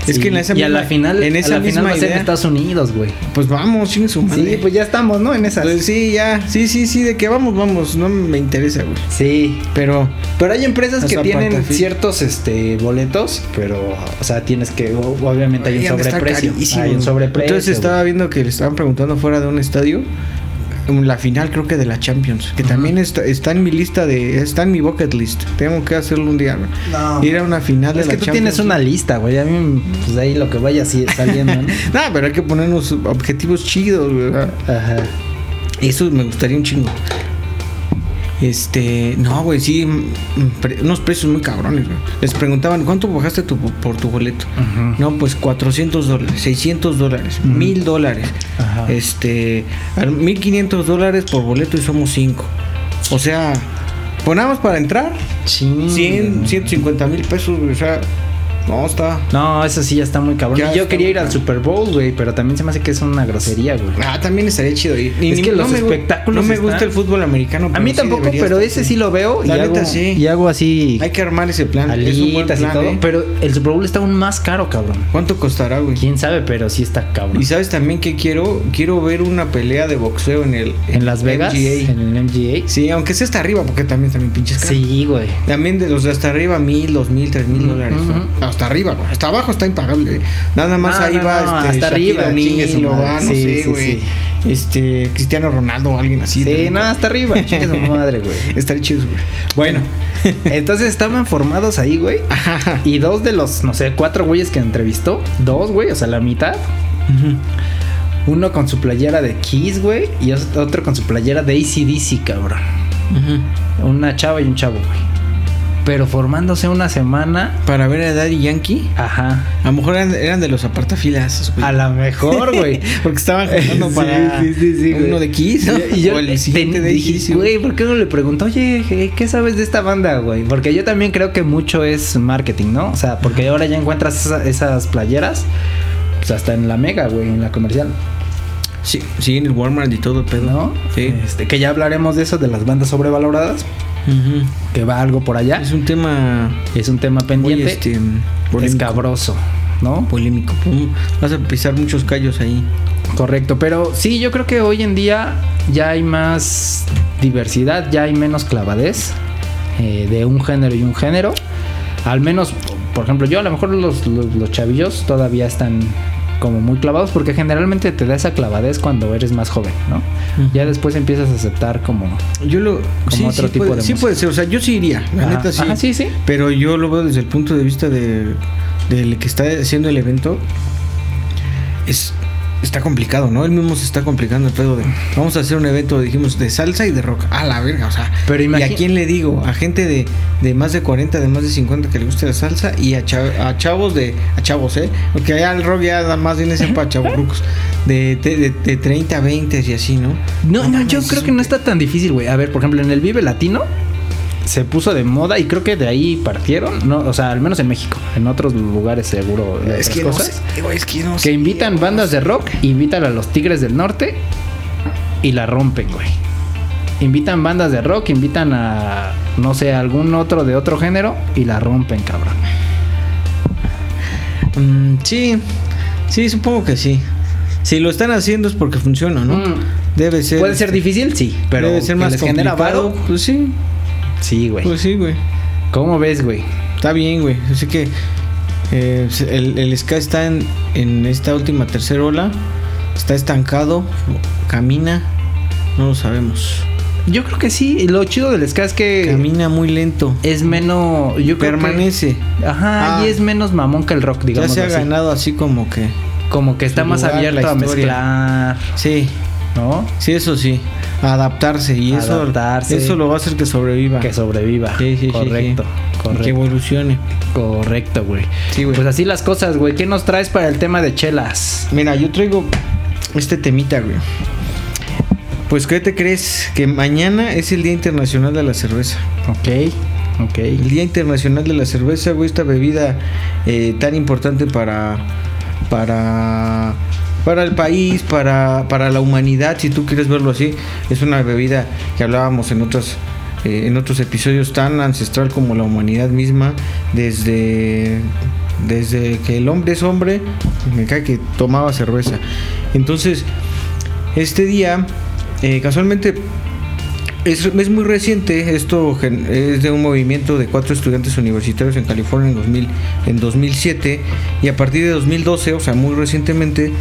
S3: Es
S1: Sí,
S3: que en esa
S1: y a la
S3: misma-
S1: final,
S3: en esa
S1: a la
S3: misma
S1: final va a ser en
S3: idea,
S1: Estados Unidos, güey. Pues,
S3: pues vamos, sin su madre.
S1: Sí, pues ya estamos, ¿no? En esas.
S3: Entonces, sí, ya, sí, sí, sí, de que vamos, vamos, no me interesa, güey.
S1: sí.
S3: Pero
S1: Pero hay empresas
S3: O
S1: que
S3: sea,
S1: tienen
S3: Pantafil.
S1: ciertos este boletos, pero o sea, tienes que o- obviamente hay un
S3: Oigan, está
S1: sobreprecio,
S3: carísimo.
S1: hay un sobreprecio.
S3: Entonces estaba
S1: güey.
S3: viendo que le estaban preguntando fuera de un estadio en la final creo que de la Champions, que
S1: Ajá.
S3: también está, está en mi lista de está en mi bucket list. Tengo que hacerlo un día. güey.
S1: No,
S3: Ir a una final de
S1: Ah. es
S3: la
S1: que tú
S3: Champions.
S1: tienes una lista, güey. A mí pues ahí lo que vaya así saliendo, ¿no?
S3: No, pero hay que ponernos objetivos chidos, güey.
S1: Ajá.
S3: Eso me gustaría un chingo. Este, no, güey, sí, mm, pre- unos precios muy cabrones, güey. Les preguntaban, ¿cuánto bajaste tu, por tu boleto?
S1: Ajá.
S3: No, pues 400 dólares, 600 dólares, 1000 dólares.
S1: Ajá.
S3: Este, al- 1500 dólares por boleto y somos 5. O sea, ponamos para entrar
S1: Chin.
S3: 100, 150 mil pesos, güey, o sea, no, está.
S1: No, eso sí ya está muy cabrón.
S3: Ya
S1: Y yo
S3: está
S1: quería
S3: muy
S1: ir al
S3: cabrón.
S1: Super Bowl, güey, pero también se me hace que es una grosería, güey.
S3: Ah, también estaría chido ir. Y
S1: Es
S3: ni-
S1: que los
S3: me gu-
S1: espectáculos
S3: No me
S1: están-
S3: gusta el fútbol americano.
S1: A
S3: pero
S1: mí
S3: sí
S1: tampoco,
S3: debería
S1: pero
S3: estar,
S1: ese sí
S3: sí.
S1: lo veo y
S3: La
S1: hago,
S3: neta, sí.
S1: y hago así
S3: Hay que armar ese plan. es un buen
S1: alitas y
S3: plan,
S1: todo,
S3: ¿eh?
S1: pero el Super Bowl está aún más caro, cabrón.
S3: ¿Cuánto costará, güey?
S1: Quién sabe, pero sí está cabrón.
S3: Y sabes también que quiero quiero ver una pelea de boxeo en el
S1: En Las Vegas,
S3: MGA.
S1: en el MGA.
S3: Sí, aunque sea hasta arriba, porque también también pinches caras.
S1: Sí, güey.
S3: También de los de hasta arriba, mil, dos mil, tres mil
S1: Ujú,
S3: dólares. ¿no?
S1: ujú.
S3: Hasta arriba, güey. Hasta abajo está impagable. Nada más
S1: No,
S3: ahí
S1: no,
S3: va
S1: no,
S3: este,
S1: hasta
S3: Shaquille
S1: arriba,
S3: O'Neal,
S1: chingue su
S3: lo va,
S1: madre.
S3: no
S1: Sí,
S3: sé,
S1: sí,
S3: güey.
S1: sí.
S3: Este, Cristiano Ronaldo o alguien así.
S1: Sí,
S3: de-
S1: nada, hasta arriba. Chingue su madre, güey.
S3: Estaría chido, güey.
S1: Bueno, entonces estaban formados ahí, güey.
S3: Ajá.
S1: Y dos de los, no sé, cuatro güeyes que entrevistó, dos, güey, o sea, la mitad. Uno con su playera de Kiss, güey, y os- otro con su playera de ACDC, cabrón. Una chava y un chavo, güey. Pero formándose una semana,
S3: Para ver a Daddy Yankee,
S1: ajá.
S3: a lo mejor eran, eran de los apartafilas. güey.
S1: A la mejor, güey.
S3: Porque estaban jugando
S1: Sí,
S3: para
S1: sí, sí, sí, güey.
S3: uno de Kiss. ¿no?
S1: Y yo
S3: o el
S1: te-
S3: siguiente de
S1: dije,
S3: Kiss.
S1: güey, ¿por qué no le pregunto, oye, ¿qué- qué sabes de esta banda, güey? Porque yo también creo que mucho es marketing, ¿no? O sea, porque ahora ya encuentras esa- esas playeras, pues hasta en la mega, güey, en la comercial,
S3: Sí, sí, en el Walmart y todo, pero.
S1: ¿no?
S3: Sí.
S1: Este, que ya hablaremos de eso, de las bandas sobrevaloradas,
S3: Ujú.
S1: que va algo por allá.
S3: Es un tema.
S1: Es un tema
S3: muy,
S1: pendiente,
S3: este, polémico.
S1: escabroso, ¿no?
S3: polémico. pum. Vas a pisar muchos callos ahí.
S1: Correcto, pero sí, yo creo que hoy en día ya hay más diversidad, ya hay menos clavadez eh, de un género y un género. Al menos, por ejemplo, yo a lo mejor los, los- los chavillos todavía están como muy clavados porque generalmente te da esa clavadez cuando eres más joven, ¿no?
S3: Ujú.
S1: Ya después empiezas a aceptar como...
S3: Yo lo. sí,
S1: otro
S3: sí,
S1: tipo
S3: puede,
S1: de
S3: sí
S1: música.
S3: puede ser. O sea, yo sí iría. La
S1: Ajá,
S3: neta sí.
S1: ajá, sí, sí.
S3: Pero yo lo veo desde el punto de vista de. del que está haciendo el evento es está complicado, ¿no? Él mismo se está complicando el pedo de vamos a hacer un evento, dijimos, de salsa y de rock. A la verga, o sea.
S1: Pero
S3: ¿Y a
S1: imagi-
S3: quién le digo? A gente de, de más de 40, de más de 50 que le guste la salsa y a, cha- a chavos de. A chavos, ¿eh? Porque allá el rock ya da más bien ese para chavos rucos. De, de, de- de 30, 20 y así, ¿no?
S1: No, no,
S3: mames,
S1: yo
S3: es
S1: creo
S3: un
S1: que no está tan difícil, güey. A ver, por ejemplo, en el Vive Latino se puso de moda y creo que de ahí partieron, no, o sea, al menos en México, en otros lugares seguro de
S3: Es
S1: otras
S3: que, no
S1: cosas,
S3: sé, güey, es que no
S1: que
S3: sé.
S1: invitan bandas de rock, invitan a los Tigres del Norte y la rompen, güey. Invitan bandas de rock, invitan a no sé, a algún otro de otro género y la rompen, cabrón.
S3: Mm, sí, sí, supongo que sí. Si lo están haciendo es porque funciona, ¿no?
S1: Mm.
S3: Debe ser.
S1: Puede ser difícil, sí, pero
S3: debe ser
S1: que
S3: más
S1: les genera
S3: complicado.
S1: varo.
S3: Pues sí,
S1: Sí, güey.
S3: pues sí, güey.
S1: ¿Cómo ves, güey?
S3: Está bien, güey. Así que eh, el, el ska está en, en esta última tercera ola. Está estancado, camina, no lo sabemos.
S1: Yo creo que sí, y lo chido del ska es que
S3: Camina muy lento,
S1: es menos. Eh, Yo creo que-
S3: permanece.
S1: ajá,
S3: Ah.
S1: y es menos mamón que el rock,
S3: Ya
S1: digamos.
S3: se ha
S1: así.
S3: ganado así como que.
S1: Como que está
S3: su
S1: más
S3: lugar,
S1: abierto
S3: la
S1: a
S3: historia.
S1: mezclar,
S3: Sí,
S1: ¿no?
S3: sí, eso sí. Adaptarse y eso,
S1: Adaptarse.
S3: eso lo va a hacer que sobreviva.
S1: Que sobreviva.
S3: Sí, sí, sí,
S1: correcto,
S3: sí. Que
S1: correcto.
S3: evolucione.
S1: Correcto, güey.
S3: Sí, güey.
S1: Pues así las cosas, güey. ¿Qué nos traes para el tema de chelas?
S3: Mira, yo traigo este temita, güey. Pues, ¿qué te crees? Que mañana es el Día Internacional de la Cerveza.
S1: Ok, ok.
S3: El Día Internacional de la Cerveza, güey, esta bebida eh, tan importante para. para. para el país, para, para la humanidad, si tú quieres verlo así. Es una bebida que hablábamos en otras. eh, en otros episodios tan ancestral como la humanidad misma, desde, desde que el hombre es hombre, me cae que tomaba cerveza. Entonces, este día, eh, casualmente, es, es muy reciente, esto gen- es de un movimiento de cuatro estudiantes universitarios en California en, 2000, en 2007 y a partir de 2012, o sea, muy recientemente,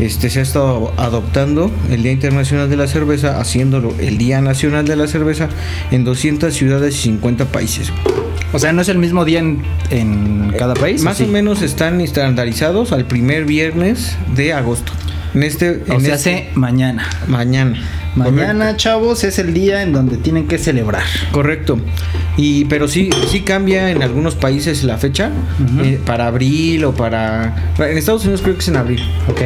S3: este, se ha estado adoptando el Día Internacional de la Cerveza, haciéndolo el Día Nacional de la Cerveza en 200 ciudades y 50 países.
S1: O sea, ¿no es el mismo día en, en cada país?
S3: Eh, Más
S1: sí?
S3: o menos están estandarizados al primer viernes de agosto. En este,
S1: O
S3: en
S1: sea,
S3: este-
S1: hace mañana.
S3: mañana.
S1: Mañana, chavos, es el día en donde tienen que celebrar.
S3: Correcto. Y pero sí sí cambia en algunos países la fecha
S1: Ujú.
S3: eh, para abril o para en Estados Unidos creo que es en abril.
S1: Ok.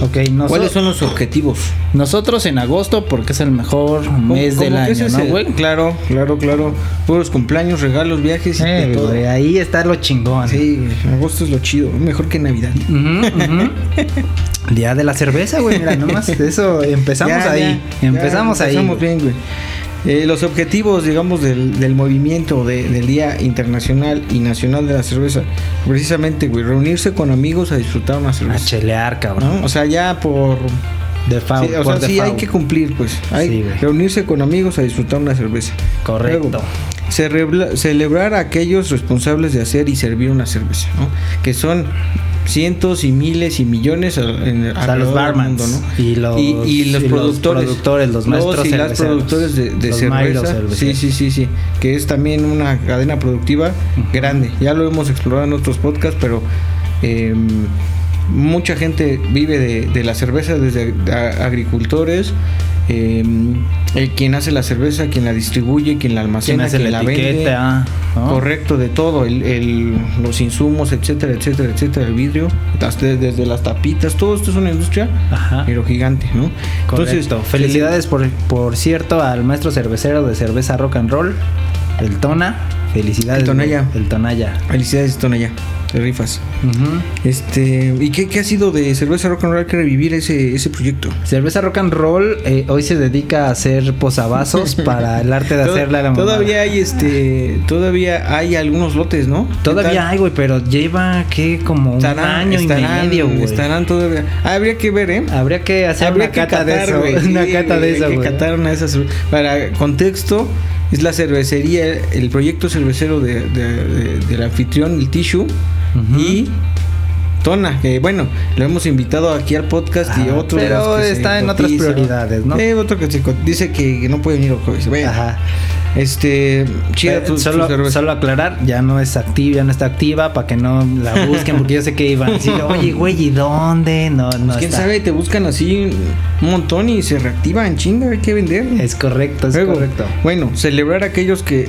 S1: Ok, noso-
S3: ¿Cuáles son los objetivos?
S1: nosotros en agosto, porque es el mejor
S3: Como-
S1: mes
S3: como
S1: del
S3: que ese
S1: año,
S3: es
S1: ¿no,
S3: el-
S1: güey?
S3: Claro, claro, claro. Puros cumpleaños, regalos, viajes y de
S1: Eh,
S3: todo.
S1: güey, ahí está lo chingón.
S3: Sí, agosto es lo chido, mejor que Navidad.
S1: Ujú, ujú. Día de la cerveza, güey, mira, nomás eso, empezamos
S3: Ya,
S1: ahí,
S3: ya,
S1: empezamos
S3: ya
S1: ahí.
S3: Empezamos
S1: güey.
S3: bien, güey. Eh, los objetivos, digamos, del, del movimiento de- del Día Internacional y Nacional de la Cerveza, precisamente, güey, reunirse con amigos a disfrutar una
S1: A
S3: cerveza.
S1: chelear, cabrón.
S3: ¿no? O sea, ya por.
S1: De faul,
S3: sí, o
S1: por
S3: sea, sí hay
S1: default.
S3: que cumplir, pues. Hay
S1: Sí, güey.
S3: reunirse con amigos a disfrutar una cerveza.
S1: Correcto.
S3: Luego, cerebla- celebrar a aquellos responsables de hacer y servir una cerveza, ¿no? Que son cientos y miles y millones a, en-
S1: O sea,
S3: alrededor
S1: los
S3: del
S1: barmans
S3: mundo, ¿no?
S1: y los,
S3: y, y los
S1: y
S3: productores,
S1: productores, los maestros
S3: y las
S1: cerveceros,
S3: productores de, de
S1: los maestros
S3: cerveza,
S1: cerveceros.
S3: sí, sí, sí, sí, que es también una cadena productiva grande. Ya lo hemos explorado en otros podcasts, pero eh, mucha gente vive de, de la cerveza, desde ag- a- agricultores, eh, el quien hace la cerveza, quien la distribuye, quien la
S1: ¿Quién
S3: almacena,
S1: hace
S3: quien
S1: la
S3: la vende.
S1: etiqueta? Ah, ¿no?
S3: Correcto, de todo, el, el- los insumos, etcétera, etcétera, etcétera, el vidrio, hasta- desde las tapitas, todo esto es una industria,
S1: Ajá.
S3: pero gigante, ¿no?
S1: Entonces, felicidades por, por cierto al maestro cervecero de cerveza rock and roll, el Tona. Felicidades.
S3: El Tonaya.
S1: güey, El Tonaya.
S3: Felicidades, Tonaya, te rifas.
S1: Ujú.
S3: Este, ¿y qué, qué ha sido de Cerveza Rock and Roll que revivir ese, ese proyecto?
S1: Cerveza rock and roll eh, hoy se dedica a hacer posavasos para el arte de
S3: Tod-
S1: hacerla a la mamada.
S3: todavía hay este, todavía hay algunos lotes, ¿no? ¿Qué
S1: Todavía
S3: tal?
S1: hay, güey, pero lleva que como un
S3: Estarán-
S1: año
S3: estarán-
S1: y medio, güey.
S3: Estarán todavía. Ah, habría que ver, ¿eh?
S1: Habría que hacer
S3: Habría
S1: una
S3: que
S1: cata de
S3: catar,
S1: eso,
S3: güey,
S1: una
S3: sí,
S1: cata de
S3: güey,
S1: eso,
S3: hay que
S1: güey.
S3: catar una de esas. Para contexto, es la cervecería, el proyecto cervecero de, de- de- del anfitrión, el Tissue,
S1: Ujú.
S3: y Tona, que bueno, lo hemos invitado aquí al podcast y
S1: Ah,
S3: otro. de
S1: pero
S3: los que se
S1: está en otras
S3: cotiza.
S1: prioridades, ¿no?
S3: Eh, otro que se cot- dice que no puede venir los jueves. Bueno,
S1: Ajá.
S3: Este, chida
S1: Eh,
S3: tu- tu
S1: solo,
S3: cerveza.
S1: solo aclarar, ya no es activa, ya no está activa para que no la busquen, porque yo sé que iban a decir, oye, güey, ¿y dónde? No, no
S3: Pues, ¿Quién
S1: está.
S3: sabe? Te buscan así un montón y se reactivan, chinga, hay que vender.
S1: Es correcto, es
S3: Luego,
S1: correcto.
S3: Bueno, celebrar a aquellos que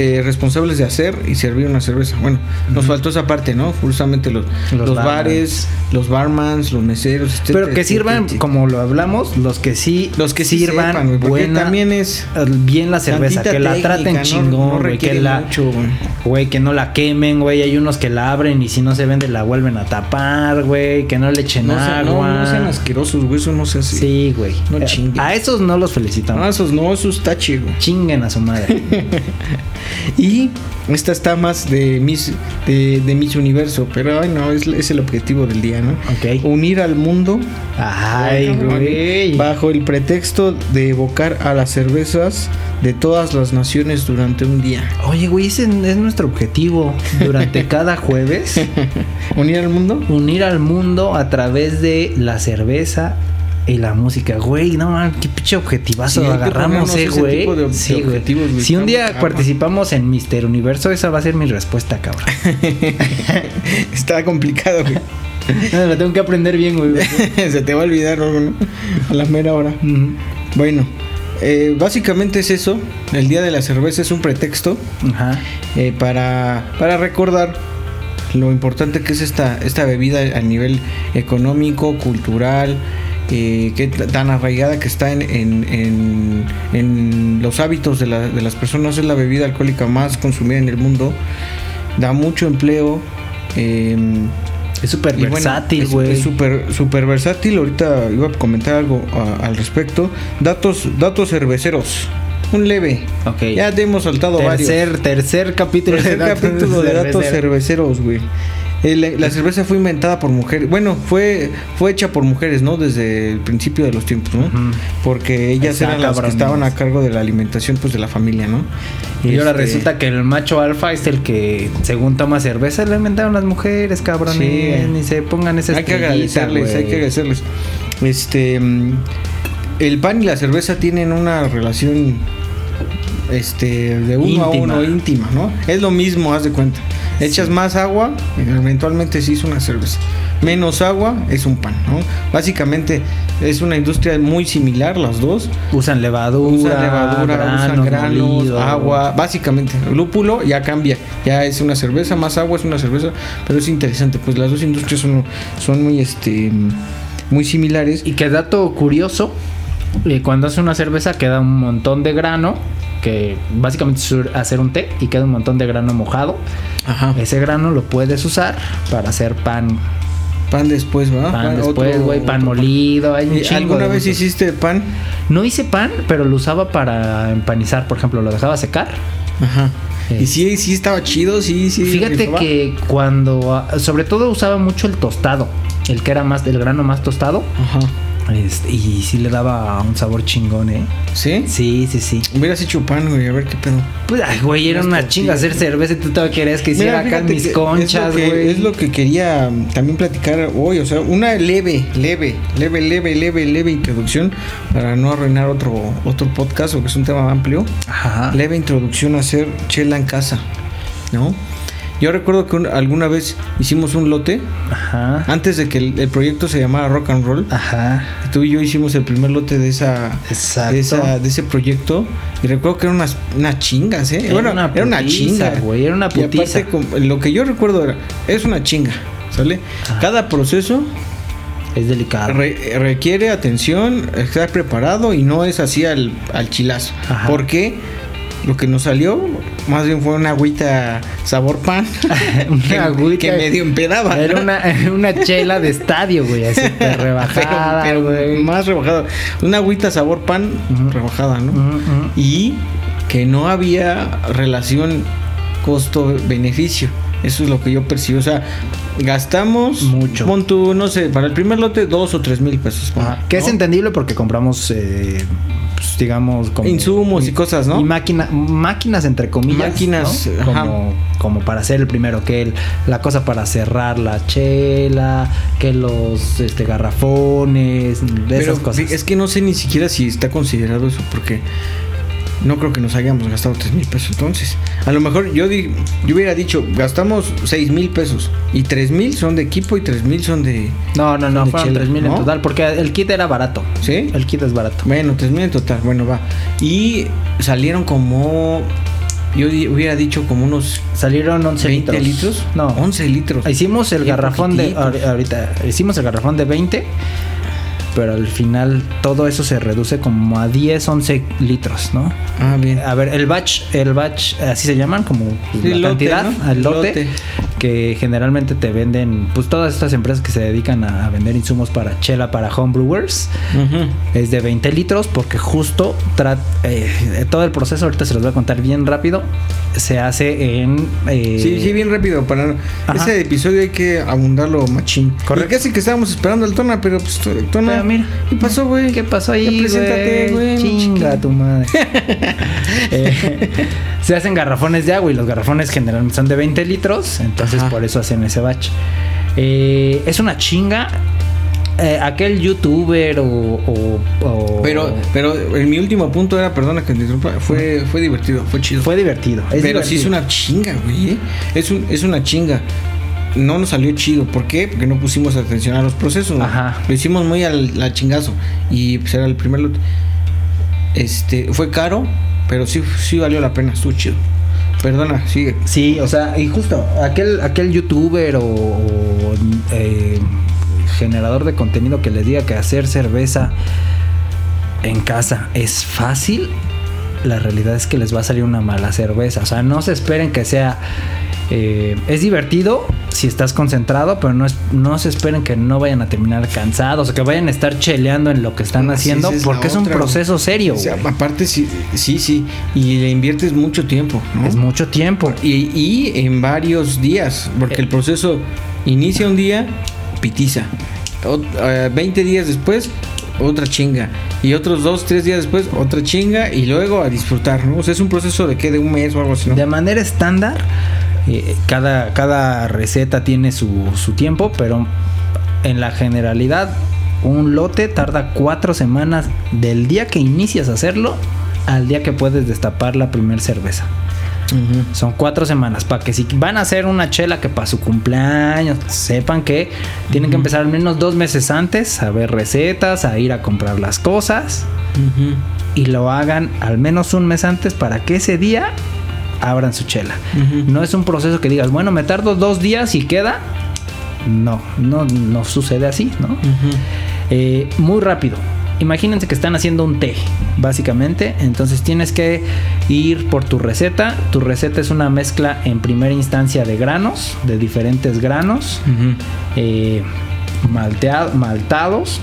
S3: eh, responsables de hacer y servir una cerveza. Bueno, nos
S1: Ujú.
S3: faltó esa parte, ¿no? Justamente los,
S1: Los
S3: los,
S1: barmans.
S3: bares, los barmans, los meseros, etcétera,
S1: Pero que sirvan,
S3: etcétera.
S1: como lo hablamos, los que sí
S3: los que sí
S1: sirvan
S3: sepan, güey, porque
S1: buena,
S3: también es
S1: bien la cerveza,
S3: tantita
S1: que la
S3: técnica,
S1: traten
S3: no-
S1: chingón,
S3: no
S1: güey, que
S3: requiere
S1: la
S3: mucho, güey.
S1: Güey, que no la quemen, güey. Hay unos que la abren y si no se vende la vuelven a tapar, güey. Que no le echen
S3: No, se- no,
S1: agua.
S3: no sean asquerosos, güey, eso no se hace.
S1: Sí, güey.
S3: No
S1: Eh,
S3: chinguen.
S1: a esos no los felicitamos.
S3: No, esos no, esos está chido.
S1: Chinguen a su madre.
S3: Y esta está más de Miss, de, de Miss Universo, pero ay, no, es, es el objetivo del día, ¿no?
S1: Ok.
S3: Unir al mundo
S1: Ay, güey.
S3: bajo el pretexto de evocar a las cervezas de todas las naciones durante un día.
S1: Oye, güey, ese es nuestro objetivo. Durante cada jueves,
S3: ¿Unir al mundo?
S1: unir al mundo a través de la cerveza y la música. Güey, no mames, qué pinche objetivazo
S3: Sí, hay que
S1: agarramos,
S3: ponernos
S1: eh,
S3: ese
S1: güey.
S3: tipo de ob-
S1: Sí,
S3: de
S1: güey.
S3: objetivos, güey,
S1: Si un
S3: está
S1: día
S3: muy cabrón.
S1: participamos en Mister Universo, esa va a ser mi respuesta, cabrón.
S3: Está complicado, güey.
S1: No, lo tengo que aprender bien, güey.
S3: Se te va a olvidar luego, ¿no? A la mera hora.
S1: Ujú.
S3: Bueno, eh, básicamente es eso. El día de la cerveza es un pretexto
S1: Ajá.
S3: eh, para, para recordar lo importante que es esta, esta bebida a nivel económico, cultural, eh, que t- tan arraigada que está en, en- en- en los hábitos de, la- de las personas. Es la bebida alcohólica más consumida en el mundo. Da mucho empleo. em,
S1: Es súper
S3: y bueno,
S1: versátil,
S3: es-
S1: güey.
S3: Es súper super versátil. Ahorita iba a comentar algo a- al respecto. Datos, datos cerveceros. Un leve.
S1: Ok.
S3: Ya te hemos saltado varios.
S1: tercer, tercer capítulo
S3: Tercer capítulo de datos cerveceros, güey. Eh, La, la cerveza fue inventada por mujeres. Bueno, fue, fue hecha por mujeres, ¿no? Desde el principio de los tiempos, ¿no?
S1: Ujú.
S3: Porque ellas
S1: Está
S3: eran las que
S1: cabrón,
S3: estaban
S1: ¿no?
S3: a cargo de la alimentación, pues, de la familia, ¿no?
S1: Y ahora
S3: Este,
S1: resulta que el macho alfa es el que, según toma cerveza, le inventaron las mujeres, cabrones.
S3: Sí.
S1: Ni se pongan esas
S3: Hay que agradecerles, hay que agradecerles. Este, mm, el pan y la cerveza tienen una relación, este, de uno a
S1: Íntima.
S3: uno íntima, ¿no? Es lo mismo, haz de cuenta. Echas
S1: Sí.
S3: más agua, eventualmente se hizo una cerveza. Menos agua es un pan, ¿no? Básicamente es una industria muy similar las dos.
S1: Usan levadura,
S3: Usan levadura, usan granos,
S1: molido.
S3: agua, básicamente. Lúpulo ya cambia, ya es una cerveza, más agua es una cerveza, pero es interesante, pues las dos industrias son, son muy este muy similares.
S1: Y que dato curioso, eh, cuando hace una cerveza queda un montón de grano, que básicamente es hacer un té y queda un montón de grano mojado.
S3: Ajá.
S1: Ese grano lo puedes usar para hacer pan,
S3: Pan después, ¿verdad?
S1: pan
S3: Otro-
S1: después, güey, pan
S3: otro
S1: molido, hay un
S3: ¿Y
S1: chingo
S3: ¿Alguna
S1: de
S3: vez
S1: usos.
S3: hiciste pan?
S1: No hice pan, pero lo usaba para empanizar, por ejemplo, lo dejaba secar.
S3: Ajá.
S1: Sí.
S3: Y sí, sí estaba chido, sí, sí.
S1: Fíjate
S3: rifaba.
S1: que cuando, ah, sobre todo usaba mucho el tostado, el que era más, el grano más tostado,
S3: Ajá.
S1: este, y sí le daba un sabor chingón, eh.
S3: ¿Sí?
S1: Sí, sí, sí.
S3: Hubieras hecho pan, güey, a ver qué pedo.
S1: Pues, ay, güey, era
S3: Unas
S1: una
S3: tortillas,
S1: chinga hacer
S3: güey.
S1: cerveza y tú te querías que
S3: Mira,
S1: hiciera acá
S3: fíjate que
S1: mis
S3: es lo
S1: conchas,
S3: que-
S1: güey.
S3: Es lo que quería mm, también platicar hoy, o sea, una leve, leve, leve, leve, leve, leve introducción para no arruinar otro otro podcast o que es un tema amplio.
S1: Ajá.
S3: Leve introducción a hacer chela en casa, ¿no? Yo recuerdo que un- alguna vez hicimos un lote
S1: Ajá.
S3: antes de que el, el proyecto se llamara Rock and Roll.
S1: Ajá.
S3: Tú y yo hicimos el primer lote de esa
S1: Exacto.
S3: de, esa- de ese proyecto. Y recuerdo que eran unas, unas chingas, ¿eh?
S1: Era
S3: Bueno,
S1: una
S3: era una
S1: putiza,
S3: chinga.
S1: güey, era una
S3: Y aparte,
S1: putiza.
S3: com- lo que yo recuerdo era, es una chinga, ¿sale?
S1: Ajá. Ah.
S3: Cada proceso
S1: Es delicado.
S3: re- requiere atención, estar preparado y no es así al, al chilazo.
S1: Ajá.
S3: Porque lo que nos salió, más bien fue una agüita sabor pan.
S1: Una
S3: que,
S1: agüita.
S3: que medio empedaba.
S1: Era
S3: ¿no?
S1: una, una chela de estadio, güey, así de rebajada,
S3: Pero- pero
S1: güey.
S3: más rebajada. Una agüita sabor pan
S1: Ujú.
S3: rebajada, ¿no?
S1: Mm, mm.
S3: y que no había relación costo-beneficio. Eso es lo que yo percibo. O sea, gastamos
S1: Mucho.
S3: Pon tú, no sé, para el primer lote, dos o tres mil pesos. pon,
S1: Ajá. Que es
S3: ¿no?
S1: entendible porque compramos, eh, pues, digamos, como
S3: Insumos y cosas, ¿no?
S1: Y máquina- máquinas, entre comillas.
S3: Máquinas,
S1: ¿no?
S3: ajá.
S1: Como, como para hacer el primero, que el- la cosa para cerrar la chela, que los este, garrafones, de
S3: Pero
S1: esas cosas.
S3: Es que no sé ni siquiera si está considerado eso, porque no creo que nos hayamos gastado 3 mil pesos entonces. A lo mejor yo, di- yo hubiera dicho, gastamos 6 mil pesos y 3 mil son de equipo y 3 mil son de...
S1: No, no, no,
S3: de
S1: fueron
S3: chela,
S1: 3000 en
S3: ¿no?
S1: total, porque el kit era barato.
S3: ¿Sí?
S1: El kit es barato.
S3: Bueno, 3 mil en total, bueno, va. Y salieron como, yo di- hubiera dicho como unos
S1: Salieron 11
S3: 20
S1: litros.
S3: litros.
S1: No.
S3: 11 litros.
S1: Hicimos el
S3: Bien
S1: garrafón de
S3: poquititos.
S1: ahor- ahorita hicimos el garrafón de 20, pero al final todo eso se reduce como a 10, 11 litros, ¿no?
S3: Ah, bien.
S1: A ver, el batch, el batch, así se llaman, como pues,
S3: Sí,
S1: la
S3: el lote,
S1: cantidad,
S3: ¿no?
S1: el
S3: El
S1: lote,
S3: lote.
S1: que generalmente te venden, pues todas estas empresas que se dedican a, a vender insumos para chela, para homebrewers,
S3: Ujú.
S1: es de 20 litros porque justo tra- eh, todo el proceso, ahorita se los voy a contar bien rápido, se hace en... eh,
S3: Sí, sí, bien rápido. Para
S1: Ajá.
S3: ese episodio hay que abundarlo machín.
S1: Correcto.
S3: Y casi que estábamos esperando al Tona, pero pues to- Tona.
S1: Pero mira.
S3: ¿Qué pasó, güey?
S1: ¿Qué pasó ahí?
S3: Ya preséntate, güey.
S1: Chinga
S3: chiqui.
S1: tu madre. Eh, se hacen garrafones de agua y los garrafones generalmente son de 20 litros, entonces
S3: Ajá.
S1: por eso hacen ese batch. Eh, es una chinga. Eh, aquel youtuber o, o- o-
S3: Pero, pero en mi último punto era, perdona que te interrumpa, fue, fue divertido, fue chido.
S1: fue divertido. es
S3: pero sí es
S1: divertido.
S3: una chinga, güey. ¿eh? Es, un, es una chinga. No nos salió chido. ¿Por qué? Porque no pusimos atención a los procesos. güey.
S1: Ajá.
S3: Lo hicimos muy al, al chingazo. Y pues era el primer lote. Este, fue caro, pero sí, sí valió la pena. Estuvo chido. Perdona, sigue.
S1: Sí, o sea, y justo aquel, aquel youtuber o, o, eh, generador de contenido que les diga que hacer cerveza en casa es fácil, la realidad es que les va a salir una mala cerveza. O sea, no se esperen que sea... eh, es divertido si estás concentrado, pero no, es, no se esperen que no vayan a terminar cansados o que vayan a estar cheleando en lo que están
S3: Sí,
S1: haciendo,
S3: esa es la
S1: porque es un
S3: otra, güey.
S1: proceso serio.
S3: O sea,
S1: güey.
S3: aparte, sí, sí, sí. Y le inviertes mucho tiempo. ¿no?
S1: Es mucho tiempo.
S3: y, y en varios días. Porque
S1: Eh.
S3: el proceso inicia un día, pitiza. Ot- eh, 20 días después, otra chinga. Y otros 2, 3 días después, otra chinga. Y luego a disfrutar, ¿no? O sea, es un proceso de que de un mes o algo así, ¿no?
S1: De manera estándar, eh, cada, cada receta tiene su, su tiempo, pero en la generalidad, un lote tarda cuatro semanas del día que inicias a hacerlo al día que puedes destapar la primer cerveza.
S3: Ujú.
S1: Son cuatro semanas para que si van a hacer una chela que para su cumpleaños sepan que tienen que empezar al menos dos meses antes a ver recetas, a ir a comprar las cosas
S3: Ujú.
S1: y lo hagan al menos un mes antes para que ese día abran su chela.
S3: Ujú.
S1: No es un proceso que digas, bueno, me tardo dos días y queda. No, no, no sucede así, ¿no?
S3: Ujú.
S1: Eh, muy rápido. Imagínense que están haciendo un té, básicamente. Entonces tienes que ir por tu receta. Tu receta es una mezcla en primera instancia de granos, de diferentes granos,
S3: Ujú.
S1: eh, maltea- maltados.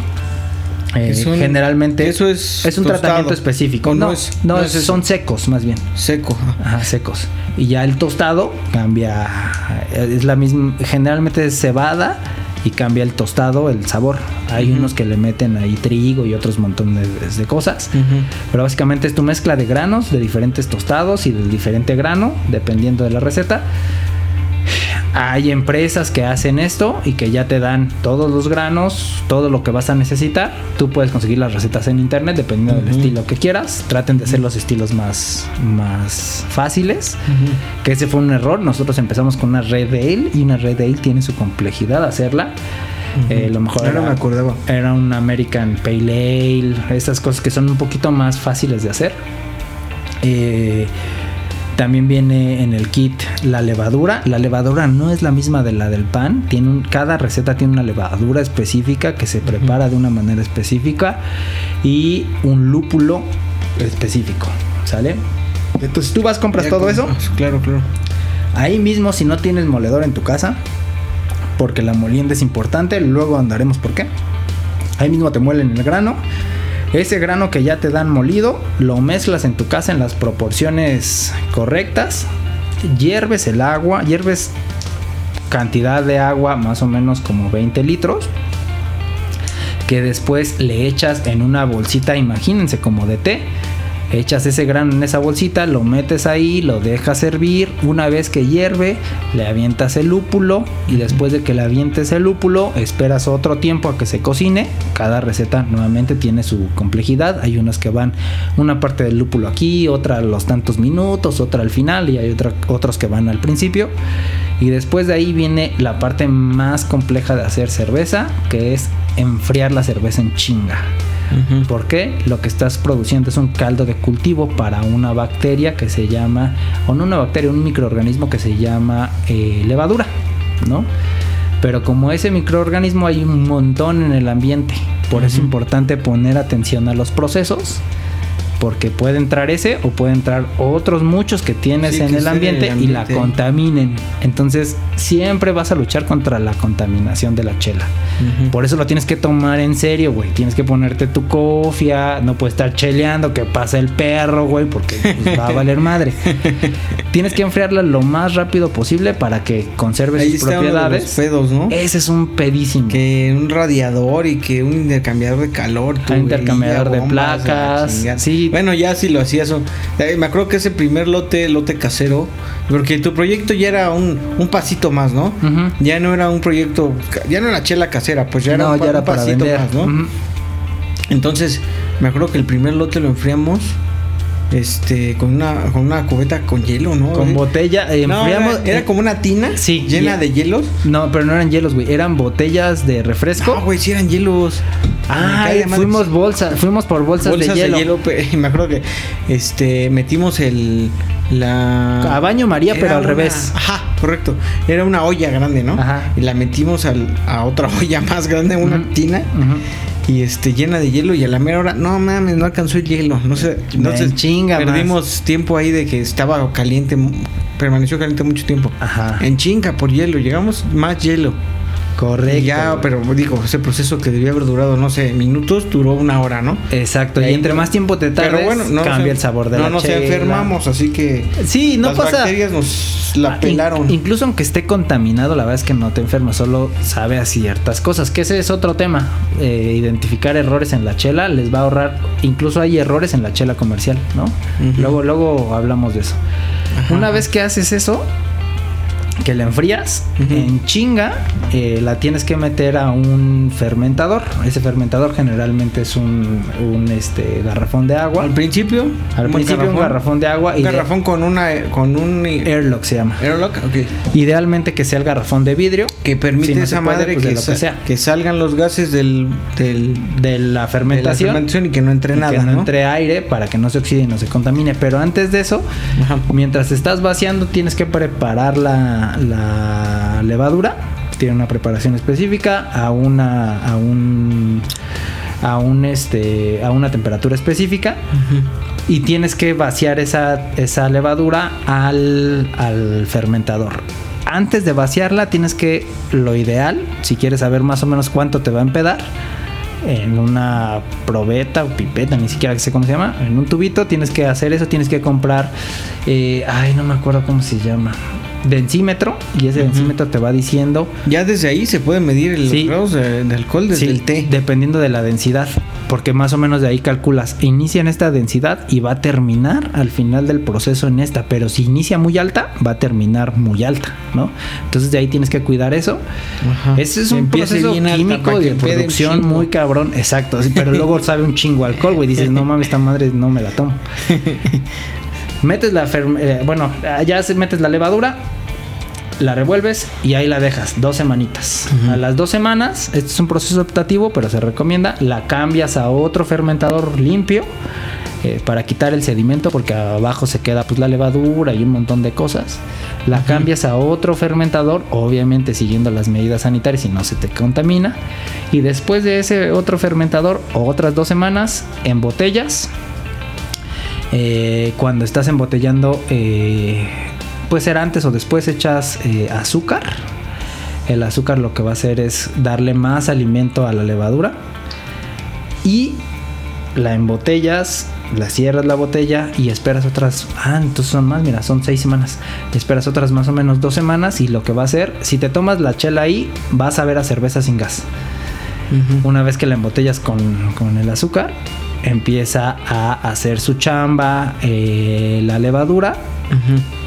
S1: Eh,
S3: Es un-
S1: generalmente
S3: eso es
S1: es un
S3: tostado.
S1: tratamiento específico.
S3: ¿O
S1: No,
S3: no
S1: no,
S3: es- no es eso?
S1: son secos más bien.
S3: Seco. ajá.
S1: Ajá, secos. Y ya el tostado cambia. Es la misma. Generalmente es cebada y cambia el tostado, el sabor. Hay
S3: Ujú.
S1: unos que le meten ahí trigo y otros montón de, de cosas.
S3: Ujú.
S1: Pero básicamente es tu mezcla de granos, de diferentes tostados y del diferente grano, dependiendo de la receta. Hay empresas que hacen esto y que ya te dan todos los granos, todo lo que vas a necesitar. Tú puedes conseguir las recetas en internet dependiendo del
S3: Ujú.
S1: estilo que quieras. Traten de hacer los estilos más, más fáciles.
S3: Ujú.
S1: Que ese fue un error. Nosotros empezamos con una red de ale y una red de ale tiene su complejidad hacerla. Eh, lo mejor
S3: Ahora
S1: era-
S3: me acordaba.
S1: era un American Pale Ale, estas cosas que son un poquito más fáciles de hacer. Eh, también viene en el kit la levadura. La levadura no es la misma de la del pan. Tiene un- cada receta tiene una levadura específica que se prepara de una manera específica y un lúpulo específico. ¿Sale? Entonces tú vas, compras
S3: Ya
S1: todo
S3: con-
S1: eso.
S3: Claro, claro.
S1: Ahí mismo, si no tienes moledor en tu casa, porque la molienda es importante, luego andaremos por qué. Ahí mismo te muelen el grano. Ese grano que ya te dan molido, lo mezclas en tu casa en las proporciones correctas. Hierves el agua, hierves cantidad de agua, más o menos como 20 litros. Que después le echas en una bolsita, imagínense como de té. echas ese grano en esa bolsita, lo metes ahí, lo dejas hervir, una vez que hierve, le avientas el lúpulo y después de que le avientes el lúpulo, esperas otro tiempo a que se cocine. Cada receta nuevamente tiene su complejidad, hay unas que van una parte del lúpulo aquí, otra a los tantos minutos, otra al final y hay otra, otros que van al principio. Y después de ahí viene la parte más compleja de hacer cerveza, que es enfriar la cerveza en chinga.
S3: Ujú.
S1: Porque lo que estás produciendo es un caldo de cultivo para una bacteria que se llama, o no una bacteria, un microorganismo que se llama eh, levadura, ¿no? Pero como ese microorganismo hay un montón en el ambiente, por eso es
S3: Ujú.
S1: importante poner atención a los procesos, porque puede entrar ese o puede entrar otros muchos que tienes
S3: Sí,
S1: en
S3: que
S1: el
S3: estén en el
S1: ambiente, y la
S3: ambiente.
S1: contaminen. Entonces siempre vas a luchar contra la contaminación de la chela.
S3: Ujú.
S1: Por eso lo tienes que tomar en serio, güey. Tienes que ponerte tu cofia, no puedes estar cheleando que pasa el perro, güey, porque pues, va a valer madre. tienes que enfriarla lo más rápido posible para que conserve
S3: Ahí
S1: sus
S3: está uno de los
S1: propiedades. Eh.
S3: pedos, ¿no?
S1: Ese es un pedísimo.
S3: Que un radiador y que un intercambiador de calor.
S1: Ah, intercambiador de
S3: bombas,
S1: placas,
S3: la chingada.
S1: sí.
S3: Bueno, ya sí lo hacía eso. Eh, Me acuerdo que ese primer lote, lote casero, porque tu proyecto ya era un, un pasito más, ¿no?
S1: Ujú.
S3: Ya no era un proyecto, ca- ya no era chela casera, pues ya era,
S1: no,
S3: un, pa-
S1: ya era
S3: un
S1: para
S3: pasito
S1: vender.
S3: más, ¿no?
S1: Ujú.
S3: Entonces, me acuerdo que el primer lote lo enfriamos este, con, una, con una cubeta con hielo, ¿no?
S1: Con botella, eh,
S3: No, era,
S1: enfriamos.
S3: era como una tina
S1: Sí,
S3: llena
S1: ya.
S3: de hielos.
S1: No, pero no eran hielos, güey. Eran botellas de refresco.
S3: No, güey, sí eran hielos.
S1: ah,
S3: Me cae de madre.
S1: fuimos bolsas, fuimos por bolsas, de hielo.
S3: pe- y me acuerdo que este metimos el la
S1: A baño María,
S3: Era
S1: pero al
S3: una-
S1: revés.
S3: Ajá, correcto. Era una olla grande, ¿no?
S1: Ajá.
S3: Y la metimos al- a otra olla más grande, una
S1: Ujú.
S3: tina
S1: Ujú.
S3: y este llena de hielo y a la mera hora, no mames, no alcanzó el hielo, no sé, entonces
S1: en chinga, más.
S3: perdimos tiempo ahí de que estaba caliente, mu- permaneció caliente mucho tiempo.
S1: Ajá.
S3: En chinga por hielo, llegamos más hielo.
S1: Correcto.
S3: Ya,
S1: güey.
S3: pero digo, ese proceso que debía haber durado, no sé, minutos, duró una hora, ¿no?
S1: Exacto,
S3: Ahí
S1: y entre
S3: no-
S1: más tiempo te tardes,
S3: Pero bueno, no
S1: cambia
S3: nos-
S1: el sabor de
S3: no
S1: la
S3: nos
S1: chela.
S3: enfermamos, así que
S1: Sí, no
S3: las
S1: pasa. Ah,
S3: bacterias nos la
S1: In-
S3: pelaron.
S1: incluso aunque esté contaminado, la verdad es que no te enfermas, solo sabe a ciertas cosas, que ese es otro tema. Eh, identificar errores en la chela les va a ahorrar, incluso hay errores en la chela comercial, ¿no?
S3: Ujú.
S1: Luego, luego hablamos de eso.
S3: Ajá.
S1: Una vez que haces eso, que la enfrías,
S3: Ujú.
S1: en chinga, eh, la tienes que meter a un fermentador. Ese fermentador generalmente es un, un, este, garrafón de agua.
S3: al principio,
S1: Al principio un garrafón de agua
S3: un
S1: y de-
S3: garrafón con una con un
S1: airlock se llama.
S3: airlock, ok,
S1: Idealmente que sea el garrafón de vidrio
S3: que permite
S1: Si no se
S3: esa
S1: puede,
S3: madre
S1: pues,
S3: que,
S1: de lo
S3: sa-
S1: que sea.
S3: que salgan los gases del del
S1: de la
S3: de la
S1: fermentación,
S3: fermentación y que no
S1: y
S3: entre nada,
S1: que no,
S3: ¿no?
S1: entre aire para que no se oxide y no se contamine. Pero antes de eso,
S3: Ajá.
S1: mientras estás vaciando, tienes que preparar la, la levadura. Tiene una preparación específica a una a un a un este a una temperatura específica y tienes que vaciar esa, esa levadura al, al fermentador. Antes de vaciarla tienes que, lo ideal, si quieres saber más o menos cuánto te va a empedar, en una probeta o pipeta, ni siquiera sé cómo se llama, en un tubito tienes que hacer eso, tienes que comprar, eh, ay, no me acuerdo cómo se llama, densímetro, y ese
S3: Ujú.
S1: densímetro te va diciendo
S3: Ya desde ahí se puede medir los
S1: Sí.
S3: grados de, de alcohol desde
S1: Sí,
S3: el té.
S1: Dependiendo de la densidad. Porque más o menos de ahí calculas. Inicia en esta densidad y va a terminar al final del proceso en esta. Pero si inicia muy alta, va a terminar muy alta, ¿no? Entonces de ahí tienes que cuidar eso.
S3: Ajá.
S1: Ese es
S3: Que
S1: un
S3: Ah, empiece
S1: proceso
S3: bien alta
S1: químico
S3: para
S1: y
S3: que
S1: de
S3: quede un
S1: producción
S3: chingo.
S1: muy cabrón. Exacto. sí, Pero luego sabe un chingo a alcohol, güey. Dices, no mames, esta madre no me la tomo. Metes la... ferm- eh, bueno, ya se- metes la levadura la revuelves y ahí la dejas dos semanitas.
S3: Ujú.
S1: A las dos semanas, este es un proceso optativo, pero se recomienda, la cambias a otro fermentador limpio eh, para quitar el sedimento, porque abajo se queda pues la levadura y un montón de cosas. La cambias a otro fermentador, obviamente siguiendo las medidas sanitarias y no se te contamina. Y después de ese otro fermentador, otras dos semanas en botellas eh, cuando estás embotellando, eh, puede ser antes o después, echas eh, azúcar. El azúcar lo que va a hacer es darle más alimento a la levadura. Y la embotellas, la cierras la botella y esperas otras. Ah, entonces son más, mira, son seis semanas. Esperas otras más o menos dos semanas. Y lo que va a hacer, si te tomas la chela ahí, vas a ver a cerveza sin gas
S3: Ujú.
S1: una vez que la embotellas con, con el azúcar, empieza a hacer su chamba, eh, la levadura.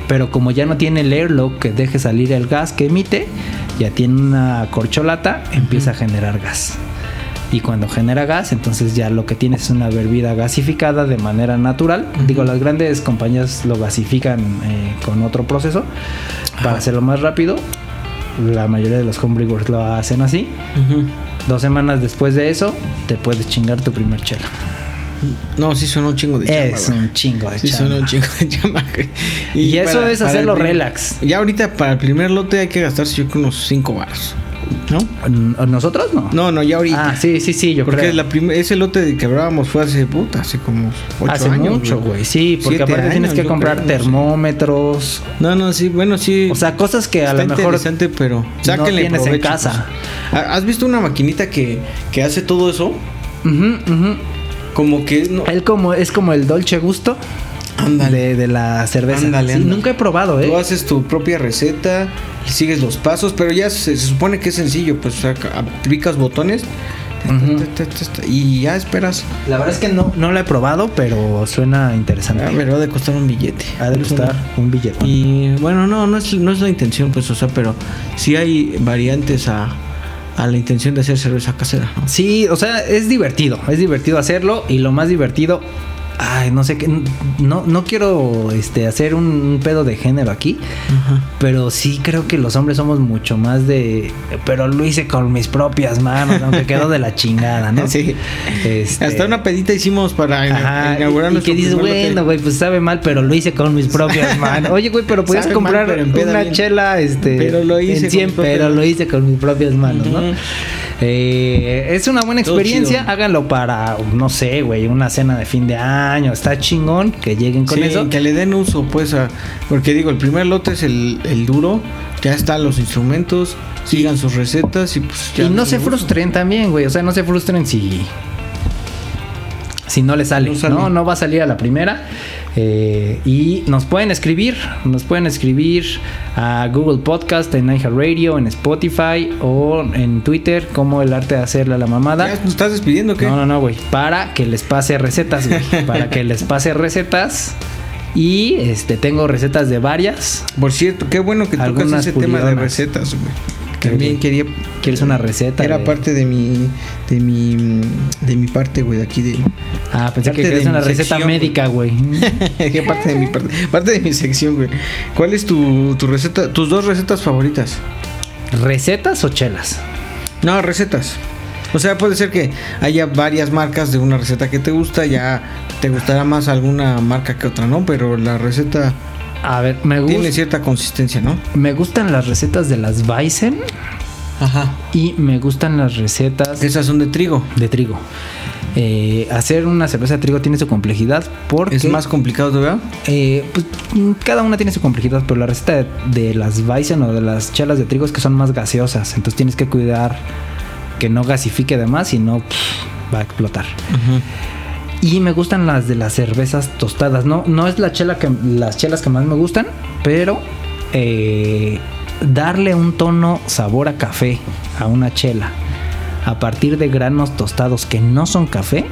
S1: Pero como ya no tiene el airlock que deje salir el gas que emite, ya tiene una corcholata, empieza a generar gas. Y cuando genera gas, entonces ya lo que tienes es una bebida gasificada de manera natural. Digo, las grandes compañías lo gasifican eh, con otro proceso para hacerlo más rápido. La mayoría de los homebrewers lo hacen así. Dos semanas después de eso, te puedes chingar tu primer chela.
S3: No, sí sonó un chingo de chamba.
S1: Es
S3: güey.
S1: un chingo de
S3: Sí
S1: chamba.
S3: sonó un chingo de chamba. güey.
S1: Y eso es
S3: el
S1: hacerlo
S3: prim-
S1: relax.
S3: Ya ahorita para el primer lote hay que gastarse yo creo unos 5 baros. ¿No?
S1: ¿N- ¿Nosotros no?
S3: No, no, ya ahorita.
S1: Ah, sí, sí, sí, yo
S3: Porque
S1: creo.
S3: es la prim- ese lote de que hablábamos fue hace puta, hace como 8
S1: Hace
S3: años.
S1: mucho, güey. Sí, porque
S3: Siete
S1: aparte tienes
S3: años,
S1: que
S3: yo
S1: comprar
S3: creo, no sé.
S1: termómetros.
S3: No, no, sí, bueno, sí.
S1: O sea, cosas que a
S3: Está
S1: lo mejor.
S3: interesante, pero sáquenle
S1: tienes en
S3: provecho,
S1: casa.
S3: pues. ¿Has visto una maquinita que, que hace todo eso?
S1: Ujú, ujú.
S3: Como que no,
S1: Él como, es como el dolce gusto
S3: ándale.
S1: de, de la cerveza.
S3: Ándale,
S1: Sí,
S3: ándale.
S1: Nunca he probado,
S3: Tú
S1: ¿eh?
S3: haces tu propia receta, sigues los pasos, pero ya se, se supone que es sencillo, pues saca- aplicas botones ta,
S1: Ujú.
S3: ta, ta, ta, ta, y ya esperas.
S1: La verdad es que no, no la he probado, pero suena interesante.
S3: A ver, va de costar un billete.
S1: ha de costar un billete.
S3: Y bueno, no, no es, no es la intención, pues, o sea, pero sí hay variantes a, a la intención de hacer cerveza casera. ¿no?
S1: Sí, o sea, es divertido, es divertido hacerlo y lo más divertido, ay, no sé qué, no, no quiero este, hacer un, un pedo de género aquí,
S3: Ajá.
S1: pero sí creo que los hombres somos mucho más de, pero lo hice con mis propias manos, aunque quedó de la chingada, ¿no?
S3: Sí.
S1: Este,
S3: Hasta una pedita hicimos para ina-
S1: Ajá, y-
S3: inaugurar
S1: y,
S3: nuestro
S1: que dices,
S3: primer hotel.
S1: bueno, güey, pues sabe mal, pero lo hice con mis propias manos. Oye, güey, pero podías
S3: Sabe mal,
S1: comprar
S3: pero empeda
S1: una
S3: bien.
S1: chela este,
S3: Pero lo hice
S1: en
S3: con
S1: 100,
S3: mis propias
S1: pero lo
S3: manos.
S1: hice con mis propias manos, ¿no?
S3: Ujú.
S1: Eh, es una buena
S3: Todo
S1: experiencia,
S3: chido.
S1: háganlo para, no sé, güey, una cena de fin de año, está chingón, que lleguen con
S3: Sí,
S1: eso.
S3: que le den uso, pues, a, porque digo, el primer lote es el, el duro, ya están los instrumentos, sigan sus recetas y pues ya.
S1: Y no se
S3: uso.
S1: frustren también, güey, o sea, no se frustren si... Si no le sale,
S3: No
S1: no,
S3: sale.
S1: no, va a salir a la primera. Eh, y nos pueden escribir, nos pueden escribir a Google Podcast, en iHeartRadio, en Spotify o en Twitter, como el arte de hacerle a la mamada.
S3: ¿Ya nos estás despidiendo o qué?
S1: No, no, no, güey. Para que les pase recetas, güey. Para que les pase recetas. Y este tengo recetas de varias.
S3: Por cierto, qué bueno que tocas
S1: Algunas
S3: ese tema de
S1: pulidonas.
S3: recetas, güey. También
S1: Ok.
S3: quería.
S1: ¿Quieres una receta?
S3: Era
S1: güey?
S3: parte de mi, de mi, de mi parte, güey, de aquí de.
S1: Ah, pensé
S3: parte
S1: que
S3: de
S1: querías una
S3: mi
S1: receta
S3: sección, güey.
S1: médica, güey.
S3: Dije parte de mi parte, parte de mi sección, güey. ¿Cuál es tu, tu receta, tus dos recetas favoritas?
S1: ¿Recetas o chelas?
S3: No, recetas. O sea, puede ser que haya varias marcas de una receta que te gusta, ya te gustará más alguna marca que otra, ¿no? Pero la receta
S1: A ver, me, gust-
S3: tiene cierta consistencia, ¿no?
S1: me gustan las recetas de las Weizen
S3: Ajá.
S1: y me gustan las recetas
S3: Esas son de trigo.
S1: de trigo. Eh, hacer una cerveza de trigo tiene su complejidad porque
S3: Es más complicado, ¿verdad?
S1: Eh, pues, mm, cada una tiene su complejidad, pero la receta de, de las Weizen o de las chelas de trigo es que son más gaseosas. Entonces tienes que cuidar que no gasifique de más y no pff, va a explotar. Y me gustan las de las cervezas tostadas. No, no es la chela que las chelas que más me gustan, pero eh, darle un tono sabor a café a una chela a partir de granos tostados que no son café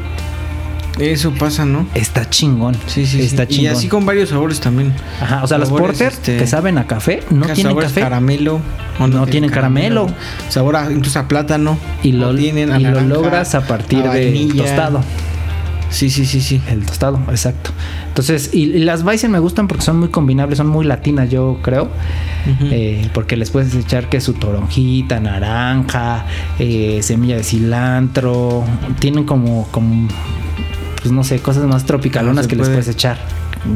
S3: Eso pasa, ¿no?
S1: está chingón.
S3: Sí, sí,
S1: está
S3: sí.
S1: chingón.
S3: Y así con varios sabores también.
S1: Ajá, o sea, las
S3: Sabores,
S1: porter
S3: este,
S1: que saben a café no
S3: Ca-
S1: tienen
S3: sabores
S1: café.
S3: caramelo. o
S1: No tienen caramelo.
S3: Sabor a, incluso a plátano.
S1: Y
S3: o
S1: lo,
S3: tienen a
S1: y lo
S3: naranja,
S1: logras a partir
S3: a
S1: del
S3: vainilla.
S1: tostado.
S3: Sí, sí, sí, sí.
S1: El tostado, exacto. Entonces, y, y las Weizen me gustan porque son muy combinables, son muy latinas, yo creo.
S3: Ujú.
S1: Eh, porque les puedes echar que su toronjita, naranja, eh, semilla de cilantro. Tienen como, como, pues no sé, cosas más
S3: Ah,
S1: tropicalonas
S3: se
S1: que les
S3: puede
S1: puedes echar.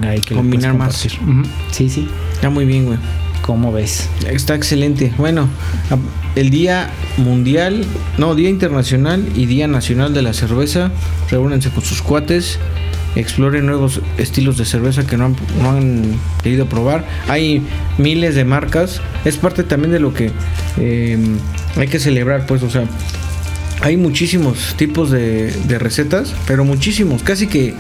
S1: Ahí que le
S3: combinar
S1: puedes
S3: más.
S1: compartir. Ujú, Sí, sí.
S3: Está muy bien, güey.
S1: ¿Cómo ves?
S3: Está excelente. Bueno, a- el Día Mundial, no, Día Internacional y Día Nacional de la Cerveza. Reúnanse con sus cuates, exploren nuevos estilos de cerveza que no han, no han querido probar. Hay miles de marcas. Es parte también de lo que eh, hay que celebrar, pues, o sea, hay muchísimos tipos de, de recetas, pero muchísimos, casi que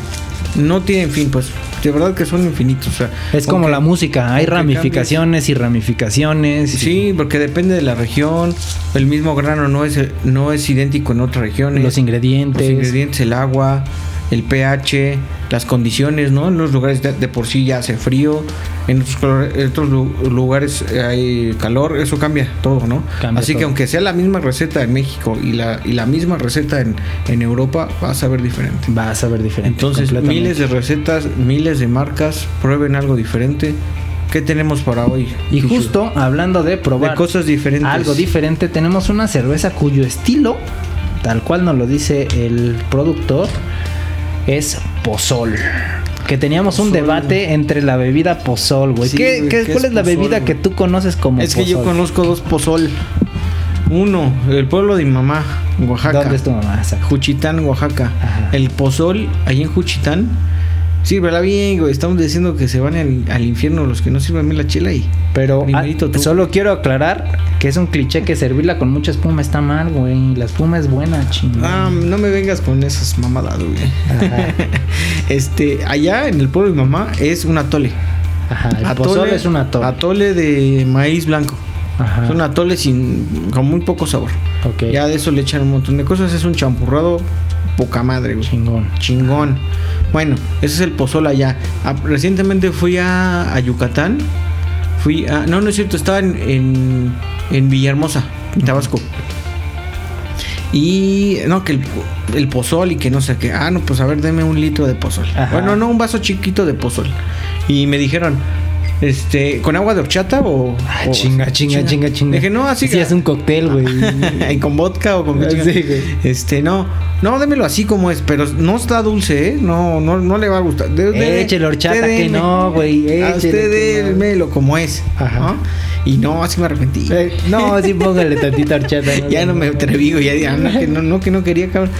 S3: no tienen fin, pues. De verdad que son infinitos. o sea,
S1: Es como
S3: aunque-
S1: la música, hay
S3: aunque cambies-
S1: ramificaciones y ramificaciones. y-
S3: Sí, porque depende de la región. El mismo grano no es, no es idéntico en otra región.
S1: Los ingredientes.
S3: Los ingredientes, el agua, el pH, las condiciones, ¿no? En los lugares de, de por sí ya hace frío, en otros, color- en otros lu- lugares hay calor, eso cambia todo, ¿no?
S1: Cambia
S3: Así que
S1: todo.
S3: aunque sea la misma receta en México y la, y la misma receta en, en Europa, vas a ver diferente.
S1: Vas a ver diferente.
S3: Entonces,
S1: completamente.
S3: miles de recetas, miles de marcas, prueben algo diferente. ¿Qué tenemos para hoy?
S1: Y
S3: Chuchu?
S1: justo hablando de probar
S3: de cosas diferentes.
S1: algo diferente, tenemos una cerveza cuyo estilo, tal cual nos lo dice el productor, es pozol. Que teníamos un
S3: Pozol.
S1: debate entre la bebida pozol, güey.
S3: Sí,
S1: ¿Qué-
S3: güey,
S1: qué-
S3: ¿qué
S1: cuál
S3: es
S1: es la
S3: pozol,
S1: bebida
S3: güey?
S1: que tú conoces como
S3: Es que yo
S1: pozol?
S3: conozco dos pozol. Uno, el pueblo de mi mamá, Oaxaca.
S1: ¿Dónde es tu mamá? Exacto.
S3: Juchitán, Oaxaca.
S1: Ajá.
S3: El pozol, ahí en Juchitán. Sírvela bien, güey. Estamos diciendo que se van al, al infierno los que no sirven bien la chela y.
S1: Pero ah,
S3: Primerito tú.
S1: solo quiero aclarar que es un cliché que servirla con mucha espuma está mal, güey. La espuma es buena, chingada.
S3: Ah, no me vengas con esas mamadas, güey.
S1: Ajá.
S3: este, allá en el pueblo de mi mamá es un atole.
S1: Ajá, el pozol es un atole.
S3: Atole de maíz blanco.
S1: Ajá.
S3: Es un atole sin, con muy poco sabor.
S1: Ok.
S3: Ya de eso le echan un montón de cosas. Es un champurrado poca madre, güey.
S1: Chingón.
S3: Chingón. Bueno, ese es el pozol allá. Ah, recientemente fui a, a Yucatán. Fui a. No, no es cierto, estaba en, en, en Villahermosa, en Tabasco. Y no, que el, el pozol y que no sé qué. Ah, no, pues a ver, deme un litro de pozol.
S1: Ajá.
S3: Bueno, no, un vaso chiquito de pozol. Y me dijeron, este, ¿con agua de horchata o.?
S1: Ah,
S3: o-
S1: chinga, chinga, chinga, chinga.
S3: Dije, no, así
S1: Sí, es un cóctel, güey.
S3: ¿Y con vodka o con qué
S1: Ah,
S3: chingas?
S1: sí, güey.
S3: Este, no. No, démelo así como es, pero no está dulce, ¿eh? No, no, no le va a gustar. De- de-
S1: Échele horchata
S3: usted
S1: que
S3: deme-
S1: no, güey,
S3: A
S1: échele
S3: usted
S1: que no.
S3: démelo como es.
S1: Ajá.
S3: ¿no? Y no, así me arrepentí.
S1: Eh, no, sí, póngale tantita horchata.
S3: Ya no me atreví, güey. Ya, dije, ah, no, que no, no, que no quería, cabrón.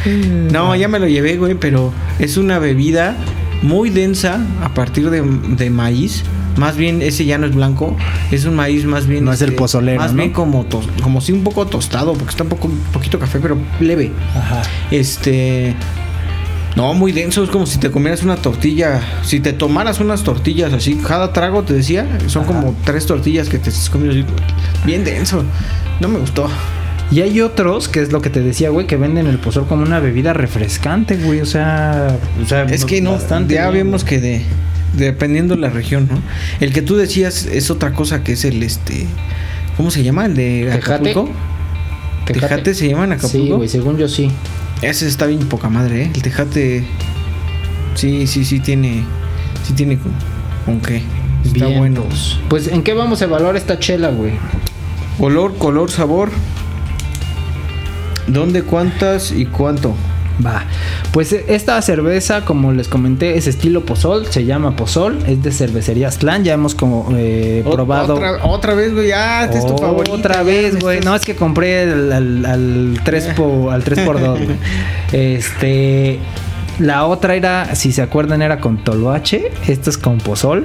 S3: No, ya me lo llevé, güey, pero es una bebida muy densa a partir de, de maíz. Más bien, ese ya no es blanco, es un maíz más bien. este,
S1: No es el pozolero,
S3: Más
S1: ¿no?
S3: bien como, tos- como si un poco tostado, porque está un, poco, un poquito café, pero leve.
S1: Ajá.
S3: Este. No, muy denso, es como si te comieras una tortilla. Si te tomaras unas tortillas así, cada trago te decía, son
S1: Ajá.
S3: como tres tortillas que te estás comiendo así, Bien denso. No me gustó.
S1: Y hay otros, que es lo que te decía, güey, que venden el pozol como una bebida refrescante, güey. O sea, o sea
S3: Es que no,
S1: bastante
S3: ya
S1: bien,
S3: vemos
S1: güey.
S3: que de, dependiendo la región, ¿no? El que tú decías es otra cosa que es el este. ¿Cómo se llama? El de
S1: Tejate.
S3: Acapulco. ¿Tejate, se llama en Acapulco?
S1: Sí, güey, según yo sí.
S3: Ese está bien poca madre, ¿eh? El tejate. Sí, sí, sí tiene. Sí tiene con, con qué. Está
S1: Vientos.
S3: bueno.
S1: Pues, ¿en qué vamos a evaluar esta chela, güey?
S3: Olor, color, sabor. ¿Dónde, cuántas y cuánto?
S1: Va. Pues eh, esta cerveza, como les comenté, es estilo pozol, se llama pozol, es de cervecería Aztlán, ya hemos como, eh,
S3: Ot-
S1: probado.
S3: Otra, otra vez, güey. Ah, este es tu favorito.
S1: Otra vez, güey. No, es que compré el- al, al 3 por, al 3x2, güey. Este. La otra era, si se acuerdan, era con Toloache. Esta es con Pozol.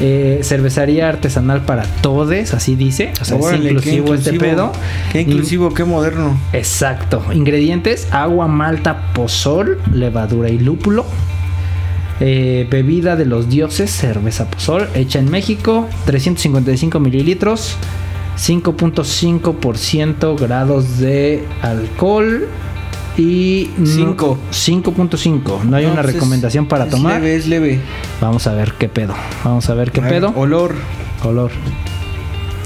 S1: Eh, cervecería artesanal para todes, así dice. O sea, es inclusivo este pedo.
S3: Qué inclusivo, qué moderno.
S1: Exacto. Ingredientes: agua, malta, pozol, levadura y lúpulo. Eh, bebida de los dioses, cerveza pozol, hecha en México, 355 mililitros, 5.5% grados de alcohol y no-
S3: Cinco.
S1: 5.5. No hay una
S3: Entonces,
S1: recomendación para
S3: pues es
S1: tomar.
S3: Leve, es leve.
S1: Vamos a ver qué pedo. Vamos a ver qué
S3: A ver,
S1: pedo.
S3: Olor.
S1: Color.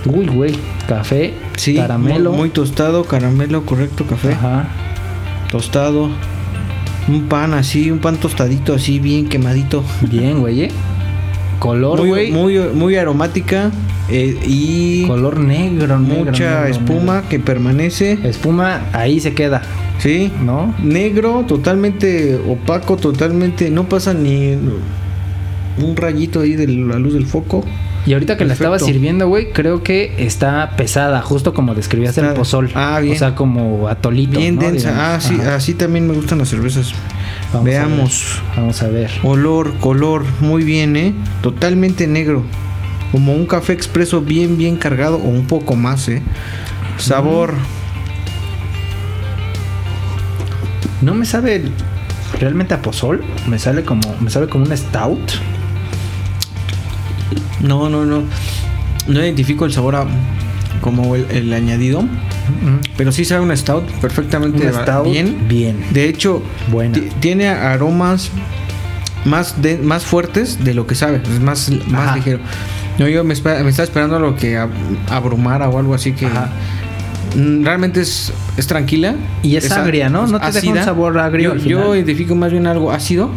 S1: Uy, güey. Café,
S3: Sí,
S1: caramelo.
S3: Muy, eh. muy tostado, caramelo, correcto, café.
S1: Ajá.
S3: tostado. Un pan así, un pan tostadito así, bien quemadito.
S1: Bien, güey, ¿eh? Color,
S3: Muy,
S1: güey.
S3: muy, muy aromática eh, y
S1: Color negro, negro,
S3: mucha
S1: negro,
S3: espuma que permanece.
S1: negro. Espuma, ahí se queda,
S3: Sí.
S1: ¿no?
S3: Negro, totalmente opaco, totalmente. No pasa ni un rayito ahí de la luz del foco.
S1: Y ahorita que la estaba
S3: Perfecto.
S1: sirviendo, güey, creo que está pesada, justo como describías el
S3: Está-
S1: pozol.
S3: ah, bien.
S1: O sea, como atolito.
S3: Bien
S1: ¿no?
S3: densa.
S1: Digamos.
S3: Ah, sí,
S1: Ajá.
S3: así también me gustan las cervezas.
S1: Vamos a ver.
S3: Veamos.
S1: Vamos a ver.
S3: Olor, color, muy bien, ¿eh? Totalmente negro. Como un café expreso bien, bien cargado o un poco más, ¿eh? Sabor.
S1: No me sabe realmente a pozol. Me sale como, me sabe como un stout.
S3: No, no, no. No identifico el sabor a- como el, el añadido. Pero sí sabe una stout perfectamente
S1: Una stout
S3: bien.
S1: bien.
S3: De hecho,
S1: Buena.
S3: ti- tiene aromas más, de, más fuertes de lo que sabe. Es más,
S1: Ajá.
S3: más ligero. No, yo me, espe- me estaba esperando lo que ab- abrumara o algo así que.
S1: Ajá.
S3: Mm, Realmente es, es tranquila.
S1: Y es
S3: a-
S1: agria, ¿no? No te deja un sabor agrio
S3: Yo,
S1: al
S3: yo
S1: final.
S3: identifico más bien algo ácido.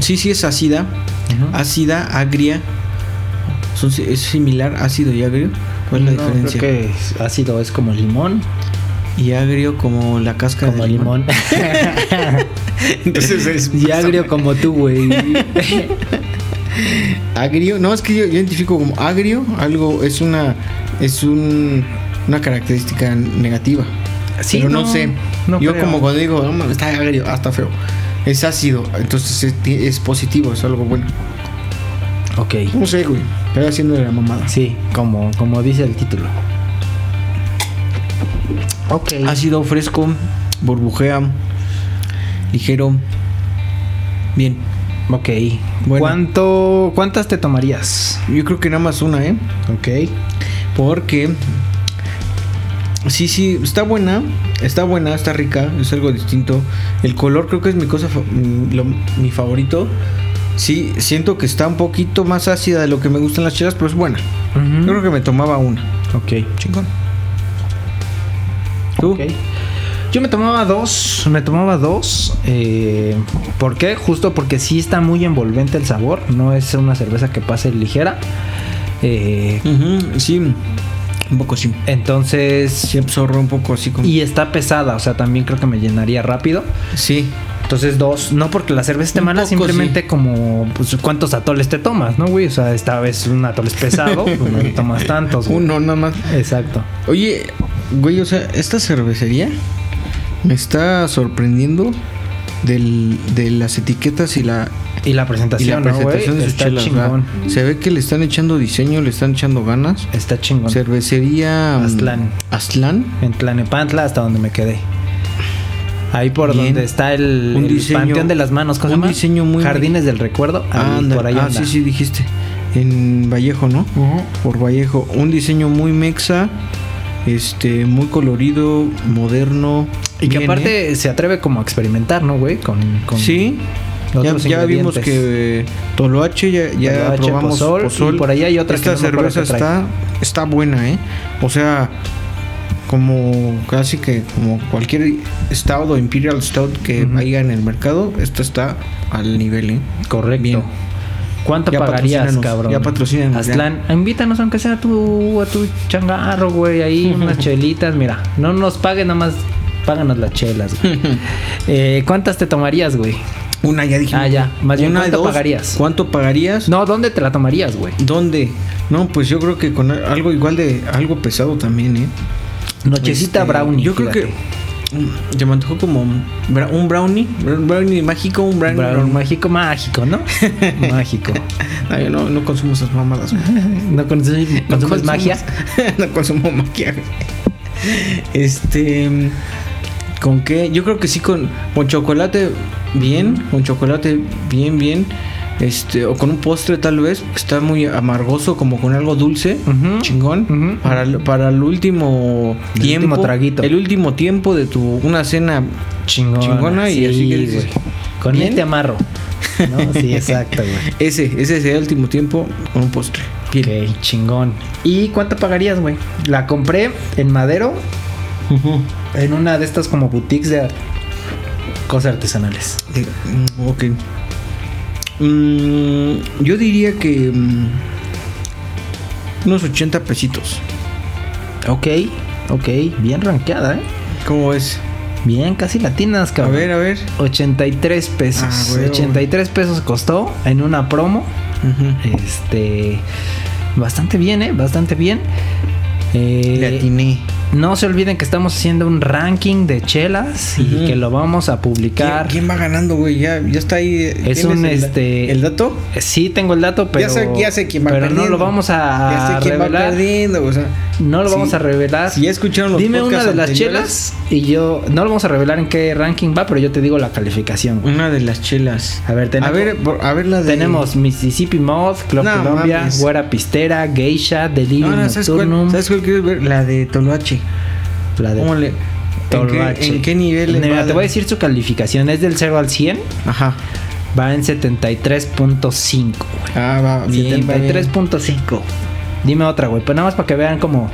S3: Sí, sí es ácida.
S1: Ujú.
S3: Ácida, agria. Son, si- es similar ácido y agrio. ¿Cuál es la
S1: No,
S3: diferencia?
S1: Creo que es- ácido es como limón.
S3: Y agrio como la cáscara
S1: Como
S3: de
S1: limón.
S3: Entonces es-
S1: y agrio como tú, güey.
S3: Agrio, no, es que yo, yo identifico como agrio algo, es una es un, una característica negativa.
S1: Sí,
S3: pero no,
S1: no,
S3: sé.
S1: no
S3: yo
S1: creo.
S3: como cuando digo, "No mames, está agrio, ah, está feo. Es ácido, entonces es, ti- es positivo, es algo bueno.
S1: ok.
S3: No sé, güey. Estoy haciendo la mamada.
S1: Sí, como, como dice el título. Ok.
S3: Ácido fresco, burbujea, ligero. Bien.
S1: Ok.
S3: Bueno.
S1: ¿Cuánto, ¿Cuántas te tomarías?
S3: Yo creo que nada más una, ¿eh?
S1: Ok.
S3: Porque sí, sí, está buena, está buena, está rica, es algo distinto. El color creo que es mi cosa fa- mi, lo- mi favorito. Sí, siento que está un poquito más ácida de lo que me gustan las chelas, pero es buena.
S1: Mm.
S3: Yo creo que me tomaba una.
S1: Ok.
S3: Chingón. ¿Tú?
S1: Ok. Yo me tomaba dos, me tomaba dos. eh, ¿Por qué? Justo porque sí está muy envolvente el sabor. No es una cerveza que pase ligera. Eh,
S3: Ujú, sí, un poco sí.
S1: entonces,
S3: Sí absorbe un poco así como.
S1: y está pesada, o sea, también creo que me llenaría rápido.
S3: Sí.
S1: Entonces, dos, no porque la cerveza esté
S3: Un
S1: mala,
S3: poco,
S1: simplemente como pues, cuántos atoles te tomas, ¿no, güey? O sea, esta vez un atol es pesado, pues no te tomas tantos. güey.
S3: Uno nada más.
S1: Exacto.
S3: Oye, güey, o sea, esta cervecería me está sorprendiendo del- de las etiquetas y la,
S1: Y la
S3: y la
S1: presentación, ¿no, güey?
S3: presentación de sus
S1: Está
S3: chelas.
S1: chingón.
S3: ¿verdad? Se ve que le están echando diseño, le están echando ganas.
S1: Está chingón.
S3: Cervecería mm,
S1: Aztlán.
S3: Aztlán.
S1: En Tlanepantla, hasta donde me quedé. Ahí por
S3: Bien.
S1: donde está el,
S3: Un
S1: el
S3: diseño-
S1: Panteón de las Manos, ¿cómo se
S3: un
S1: llama?
S3: diseño muy-
S1: Jardines del Recuerdo. ahí,
S3: Anda,
S1: por ahí
S3: ah,
S1: anda.
S3: sí, sí, dijiste. En Vallejo, ¿no?
S1: Ujú.
S3: Por Vallejo. Un diseño muy mexa, este, muy colorido, moderno.
S1: Y que
S3: bien, ¿eh?
S1: aparte se atreve como a experimentar, ¿no, güey? Con, con
S3: sí. Ya,
S1: otros
S3: ya vimos
S1: ingredientes.
S3: que eh, Toloache ya, ya
S1: Toloache,
S3: probamos
S1: pozol, y por ahí hay otra que
S3: Esta
S1: no me acuerdo
S3: cerveza
S1: qué trae.
S3: está está buena, ¿eh? O sea, como casi que como cualquier stout o imperial stout que
S1: Ujú.
S3: haya en el mercado, esta está al nivel, ¿eh?
S1: Correcto.
S3: Bien.
S1: ¿Cuánto
S3: Ya
S1: pagarías,
S3: patrocínanos,
S1: cabrón?
S3: ya patrocínanos, ya.
S1: Aztlán, invítanos aunque sea a tu, a tu changarro, güey. Ahí unas chelitas, mira. No nos paguen, nada más páganos las chelas. güey. Eh, ¿Cuántas te tomarías, güey?
S3: Una ya dije.
S1: Ah, ya. Más bien, ¿cuánto
S3: dos.
S1: pagarías?
S3: ¿Cuánto pagarías?
S1: No, ¿dónde te la tomarías, güey?
S3: ¿Dónde? No, pues yo creo que con algo igual de algo pesado también, ¿eh?
S1: Nochecita
S3: Este,
S1: brownie.
S3: Yo creo
S1: fíjate.
S3: que mm, ya me antojó como un bra- un brownie, un brownie mágico, un brownie,
S1: Brownie
S3: normal.
S1: mágico, mágico, ¿no? mágico.
S3: No, yo no, no consumo esas mamadas. güey.
S1: ¿No conoces, consumes
S3: No consumo-
S1: magia?
S3: no consumo magia. güey. Este, ¿con qué? Yo creo que sí con con chocolate bien, con chocolate bien bien. Este, o con un postre tal vez, que está muy amargoso, como con algo dulce,
S1: Ujú.
S3: chingón,
S1: Ujú.
S3: para, el- para el último
S1: El
S3: tiempo,
S1: último traguito.
S3: el último tiempo de tu, una cena
S1: Chingona.
S3: Chingona y así que dices,
S1: güey. Con
S3: ¿bien?
S1: él te amarro. ¿No? Sí, exacto, güey.
S3: Ese, ese sería el último tiempo con un postre. Bien.
S1: Ok, chingón. ¿Y cuánto pagarías, güey? La compré en Madero,
S3: Ujú.
S1: en una de estas como boutiques de art- cosas artesanales.
S3: Eh, mm, ok. Mm, yo diría que mm, unos 80 pesitos.
S1: Ok, ok, bien rankeada, ¿eh?
S3: ¿Cómo es?
S1: Bien, casi latinas,
S3: A
S1: cabrón.
S3: ver, a ver.
S1: 83 pesos.
S3: Ah, güey.
S1: 83 pesos costó en una promo. Este. Bastante bien, ¿eh? Bastante bien. Eh,
S3: Le atiné.
S1: No se olviden que estamos haciendo un ranking de chelas y
S3: Ujú.
S1: que lo vamos a
S3: ¿Quién,
S1: publicar.
S3: quién va ganando, güey? Ya, ya está ahí. eh, ¿Tienes
S1: un,
S3: el,
S1: este,
S3: ¿El dato?
S1: Eh, Sí, tengo el dato, pero,
S3: ya, sé, ya sé quién va
S1: pero
S3: perdiendo.
S1: no lo vamos
S3: Ya
S1: a
S3: sé quién va
S1: revelar.
S3: perdiendo, o sea.
S1: No lo vamos
S3: Sí.
S1: a revelar.
S3: Si ya escucharon los
S1: Dime una
S3: podcasts
S1: de las
S3: anteriores,
S1: chelas y yo no lo vamos a revelar en qué ranking va, pero yo te digo la calificación. güey.
S3: Una de las chelas.
S1: A ver, tenemos,
S3: a ver, por- a ver la de.
S1: tenemos Mississippi Mod, Club
S3: No,
S1: Colombia,
S3: mames.
S1: Güera Pistera, Geisha, Delirium
S3: No, no, ¿sabes cuál,
S1: Nocturnum,
S3: ¿Sabes cuál quiero ver? La de Toloache.
S1: la de
S3: ¿Cómo le.? ¿En qué,
S1: Tolvache.
S3: en qué nivel?
S1: Mira,
S3: va
S1: te
S3: de-
S1: voy a decir su calificación, es del 0 al 100,
S3: Ajá.
S1: va en 73.5. güey.
S3: Ah, va. Bien, va bien.
S1: 73.5. Dime otra, güey. Pues nada más para que vean cómo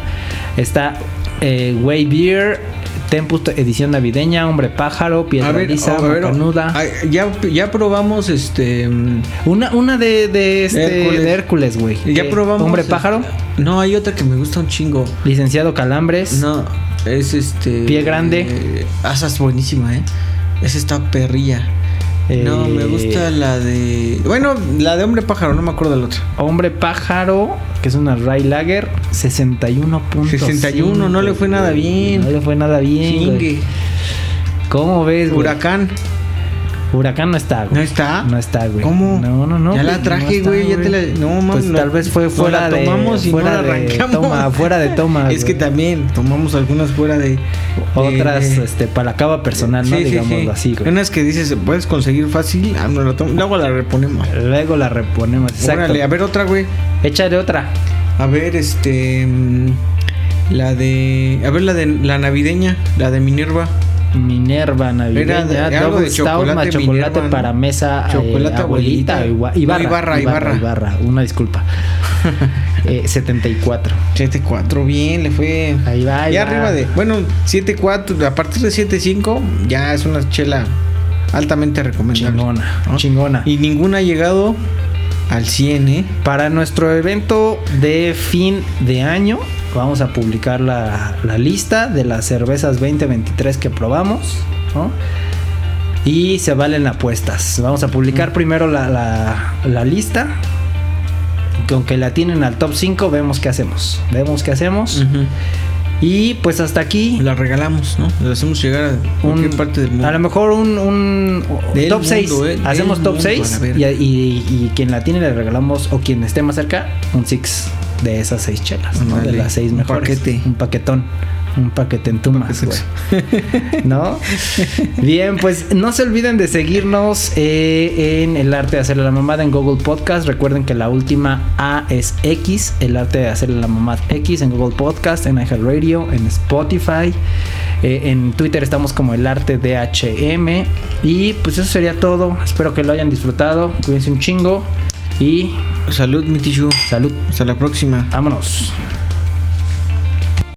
S1: está eh, Way Beer, Tempus edición navideña, Hombre Pájaro, Piedra Lisa, Macanuda.
S3: ay, ah, ya, ya probamos este. mm,
S1: Una, una de, de, este,
S3: Hércules.
S1: de Hércules, güey.
S3: Ya
S1: Eh,
S3: probamos.
S1: Hombre
S3: este,
S1: Pájaro,
S3: No, hay otra que me gusta un chingo.
S1: Licenciado Calambres.
S3: No, es este.
S1: Pie grande.
S3: eh, ah, esa es buenísima, ¿eh? Esa está perrilla. No,
S1: Eh,
S3: me gusta la de. Bueno, la de hombre pájaro, no me acuerdo de la otra.
S1: Hombre Pájaro, que es una Ray Lager, 61.5.
S3: 61, no le fue nada bien.
S1: No le fue nada bien. güey.
S3: Chingue.
S1: ¿Cómo ves, güey?
S3: Huracán.
S1: Huracán no está, güey.
S3: ¿No está?
S1: No está, güey.
S3: Ah, ¿Cómo?
S1: No, no, no.
S3: Ya la
S1: güey,
S3: traje,
S1: no está,
S3: güey, ya te la- no, mames,
S1: Pues
S3: no-
S1: tal vez fue
S3: no
S1: fuera
S3: la
S1: de.
S3: tomamos y no
S1: fuera
S3: la
S1: de
S3: arrancamos.
S1: Toma, fuera de toma.
S3: es que
S1: güey.
S3: también tomamos algunas fuera de. de-
S1: Otras,
S3: de-
S1: este, para la cava personal, ¿no?
S3: Sí, sí,
S1: Digámoslo
S3: sí.
S1: así, güey.
S3: Unas que dices, puedes conseguir fácil. Ah, no, la tomo- Luego la reponemos.
S1: Luego la reponemos. Exacto.
S3: Órale, a ver otra, güey.
S1: Échale otra.
S3: A ver, este. mm, La de. A ver, la de la navideña, la de Minerva.
S1: Minerva navideña,
S3: Era de- era algo
S1: Double
S3: de
S1: Stout
S3: chocolate
S1: más chocolate
S3: Minerva, ¿no?
S1: para mesa, eh,
S3: Chocolate abuelita.
S1: igua-
S3: No,
S1: Ibarra,
S3: Ibarra, Ibarra.
S1: una disculpa. Eh, 74.
S3: 7-4, bien, le fue.
S1: Ahí va, ahí
S3: ya
S1: va.
S3: arriba de. Bueno, 7-4, a partir de 7-5, ya es una chela altamente recomendable.
S1: Chingona,
S3: ¿no?
S1: chingona.
S3: Y ninguna ha llegado al 100, ¿eh?
S1: Para nuestro evento de fin de año, vamos a publicar la, la lista de las cervezas 2023 que probamos, ¿no? Y se valen apuestas. Vamos a publicar primero la, la- la lista. Con que la tienen al top 5, vemos qué hacemos. Vemos qué hacemos. Y pues hasta aquí.
S3: La regalamos, ¿no? La hacemos llegar a
S1: un-
S3: cualquier parte del mundo.
S1: a lo mejor un, un-
S3: Del
S1: top
S3: mundo,
S1: 6.
S3: eh, del
S1: Hacemos top
S3: mundo,
S1: 6
S3: a la
S1: y,
S3: verga.
S1: y- y quien la tiene le regalamos, o quien esté más cerca, un six de esas seis chelas, ¿no? De
S3: Ándale,
S1: las seis
S3: un
S1: mejores.
S3: paquete.
S1: Un paquetón. Un paquetón más,
S3: Paquetón.
S1: güey. ¿No? Bien, pues no se olviden de seguirnos eh, en El Arte de Hacerle la Mamada en Google Podcast. Recuerden que la última A es X, El Arte de Hacerle la Mamada X en Google Podcast, en iHeartRadio, en Spotify. Eh, en Twitter estamos como El Arte DHM. Y pues eso sería todo. Espero que lo hayan disfrutado. Cuídense un chingo. Y
S3: Salud, mi tichu.
S1: salud.
S3: Hasta la próxima.
S1: Vámonos.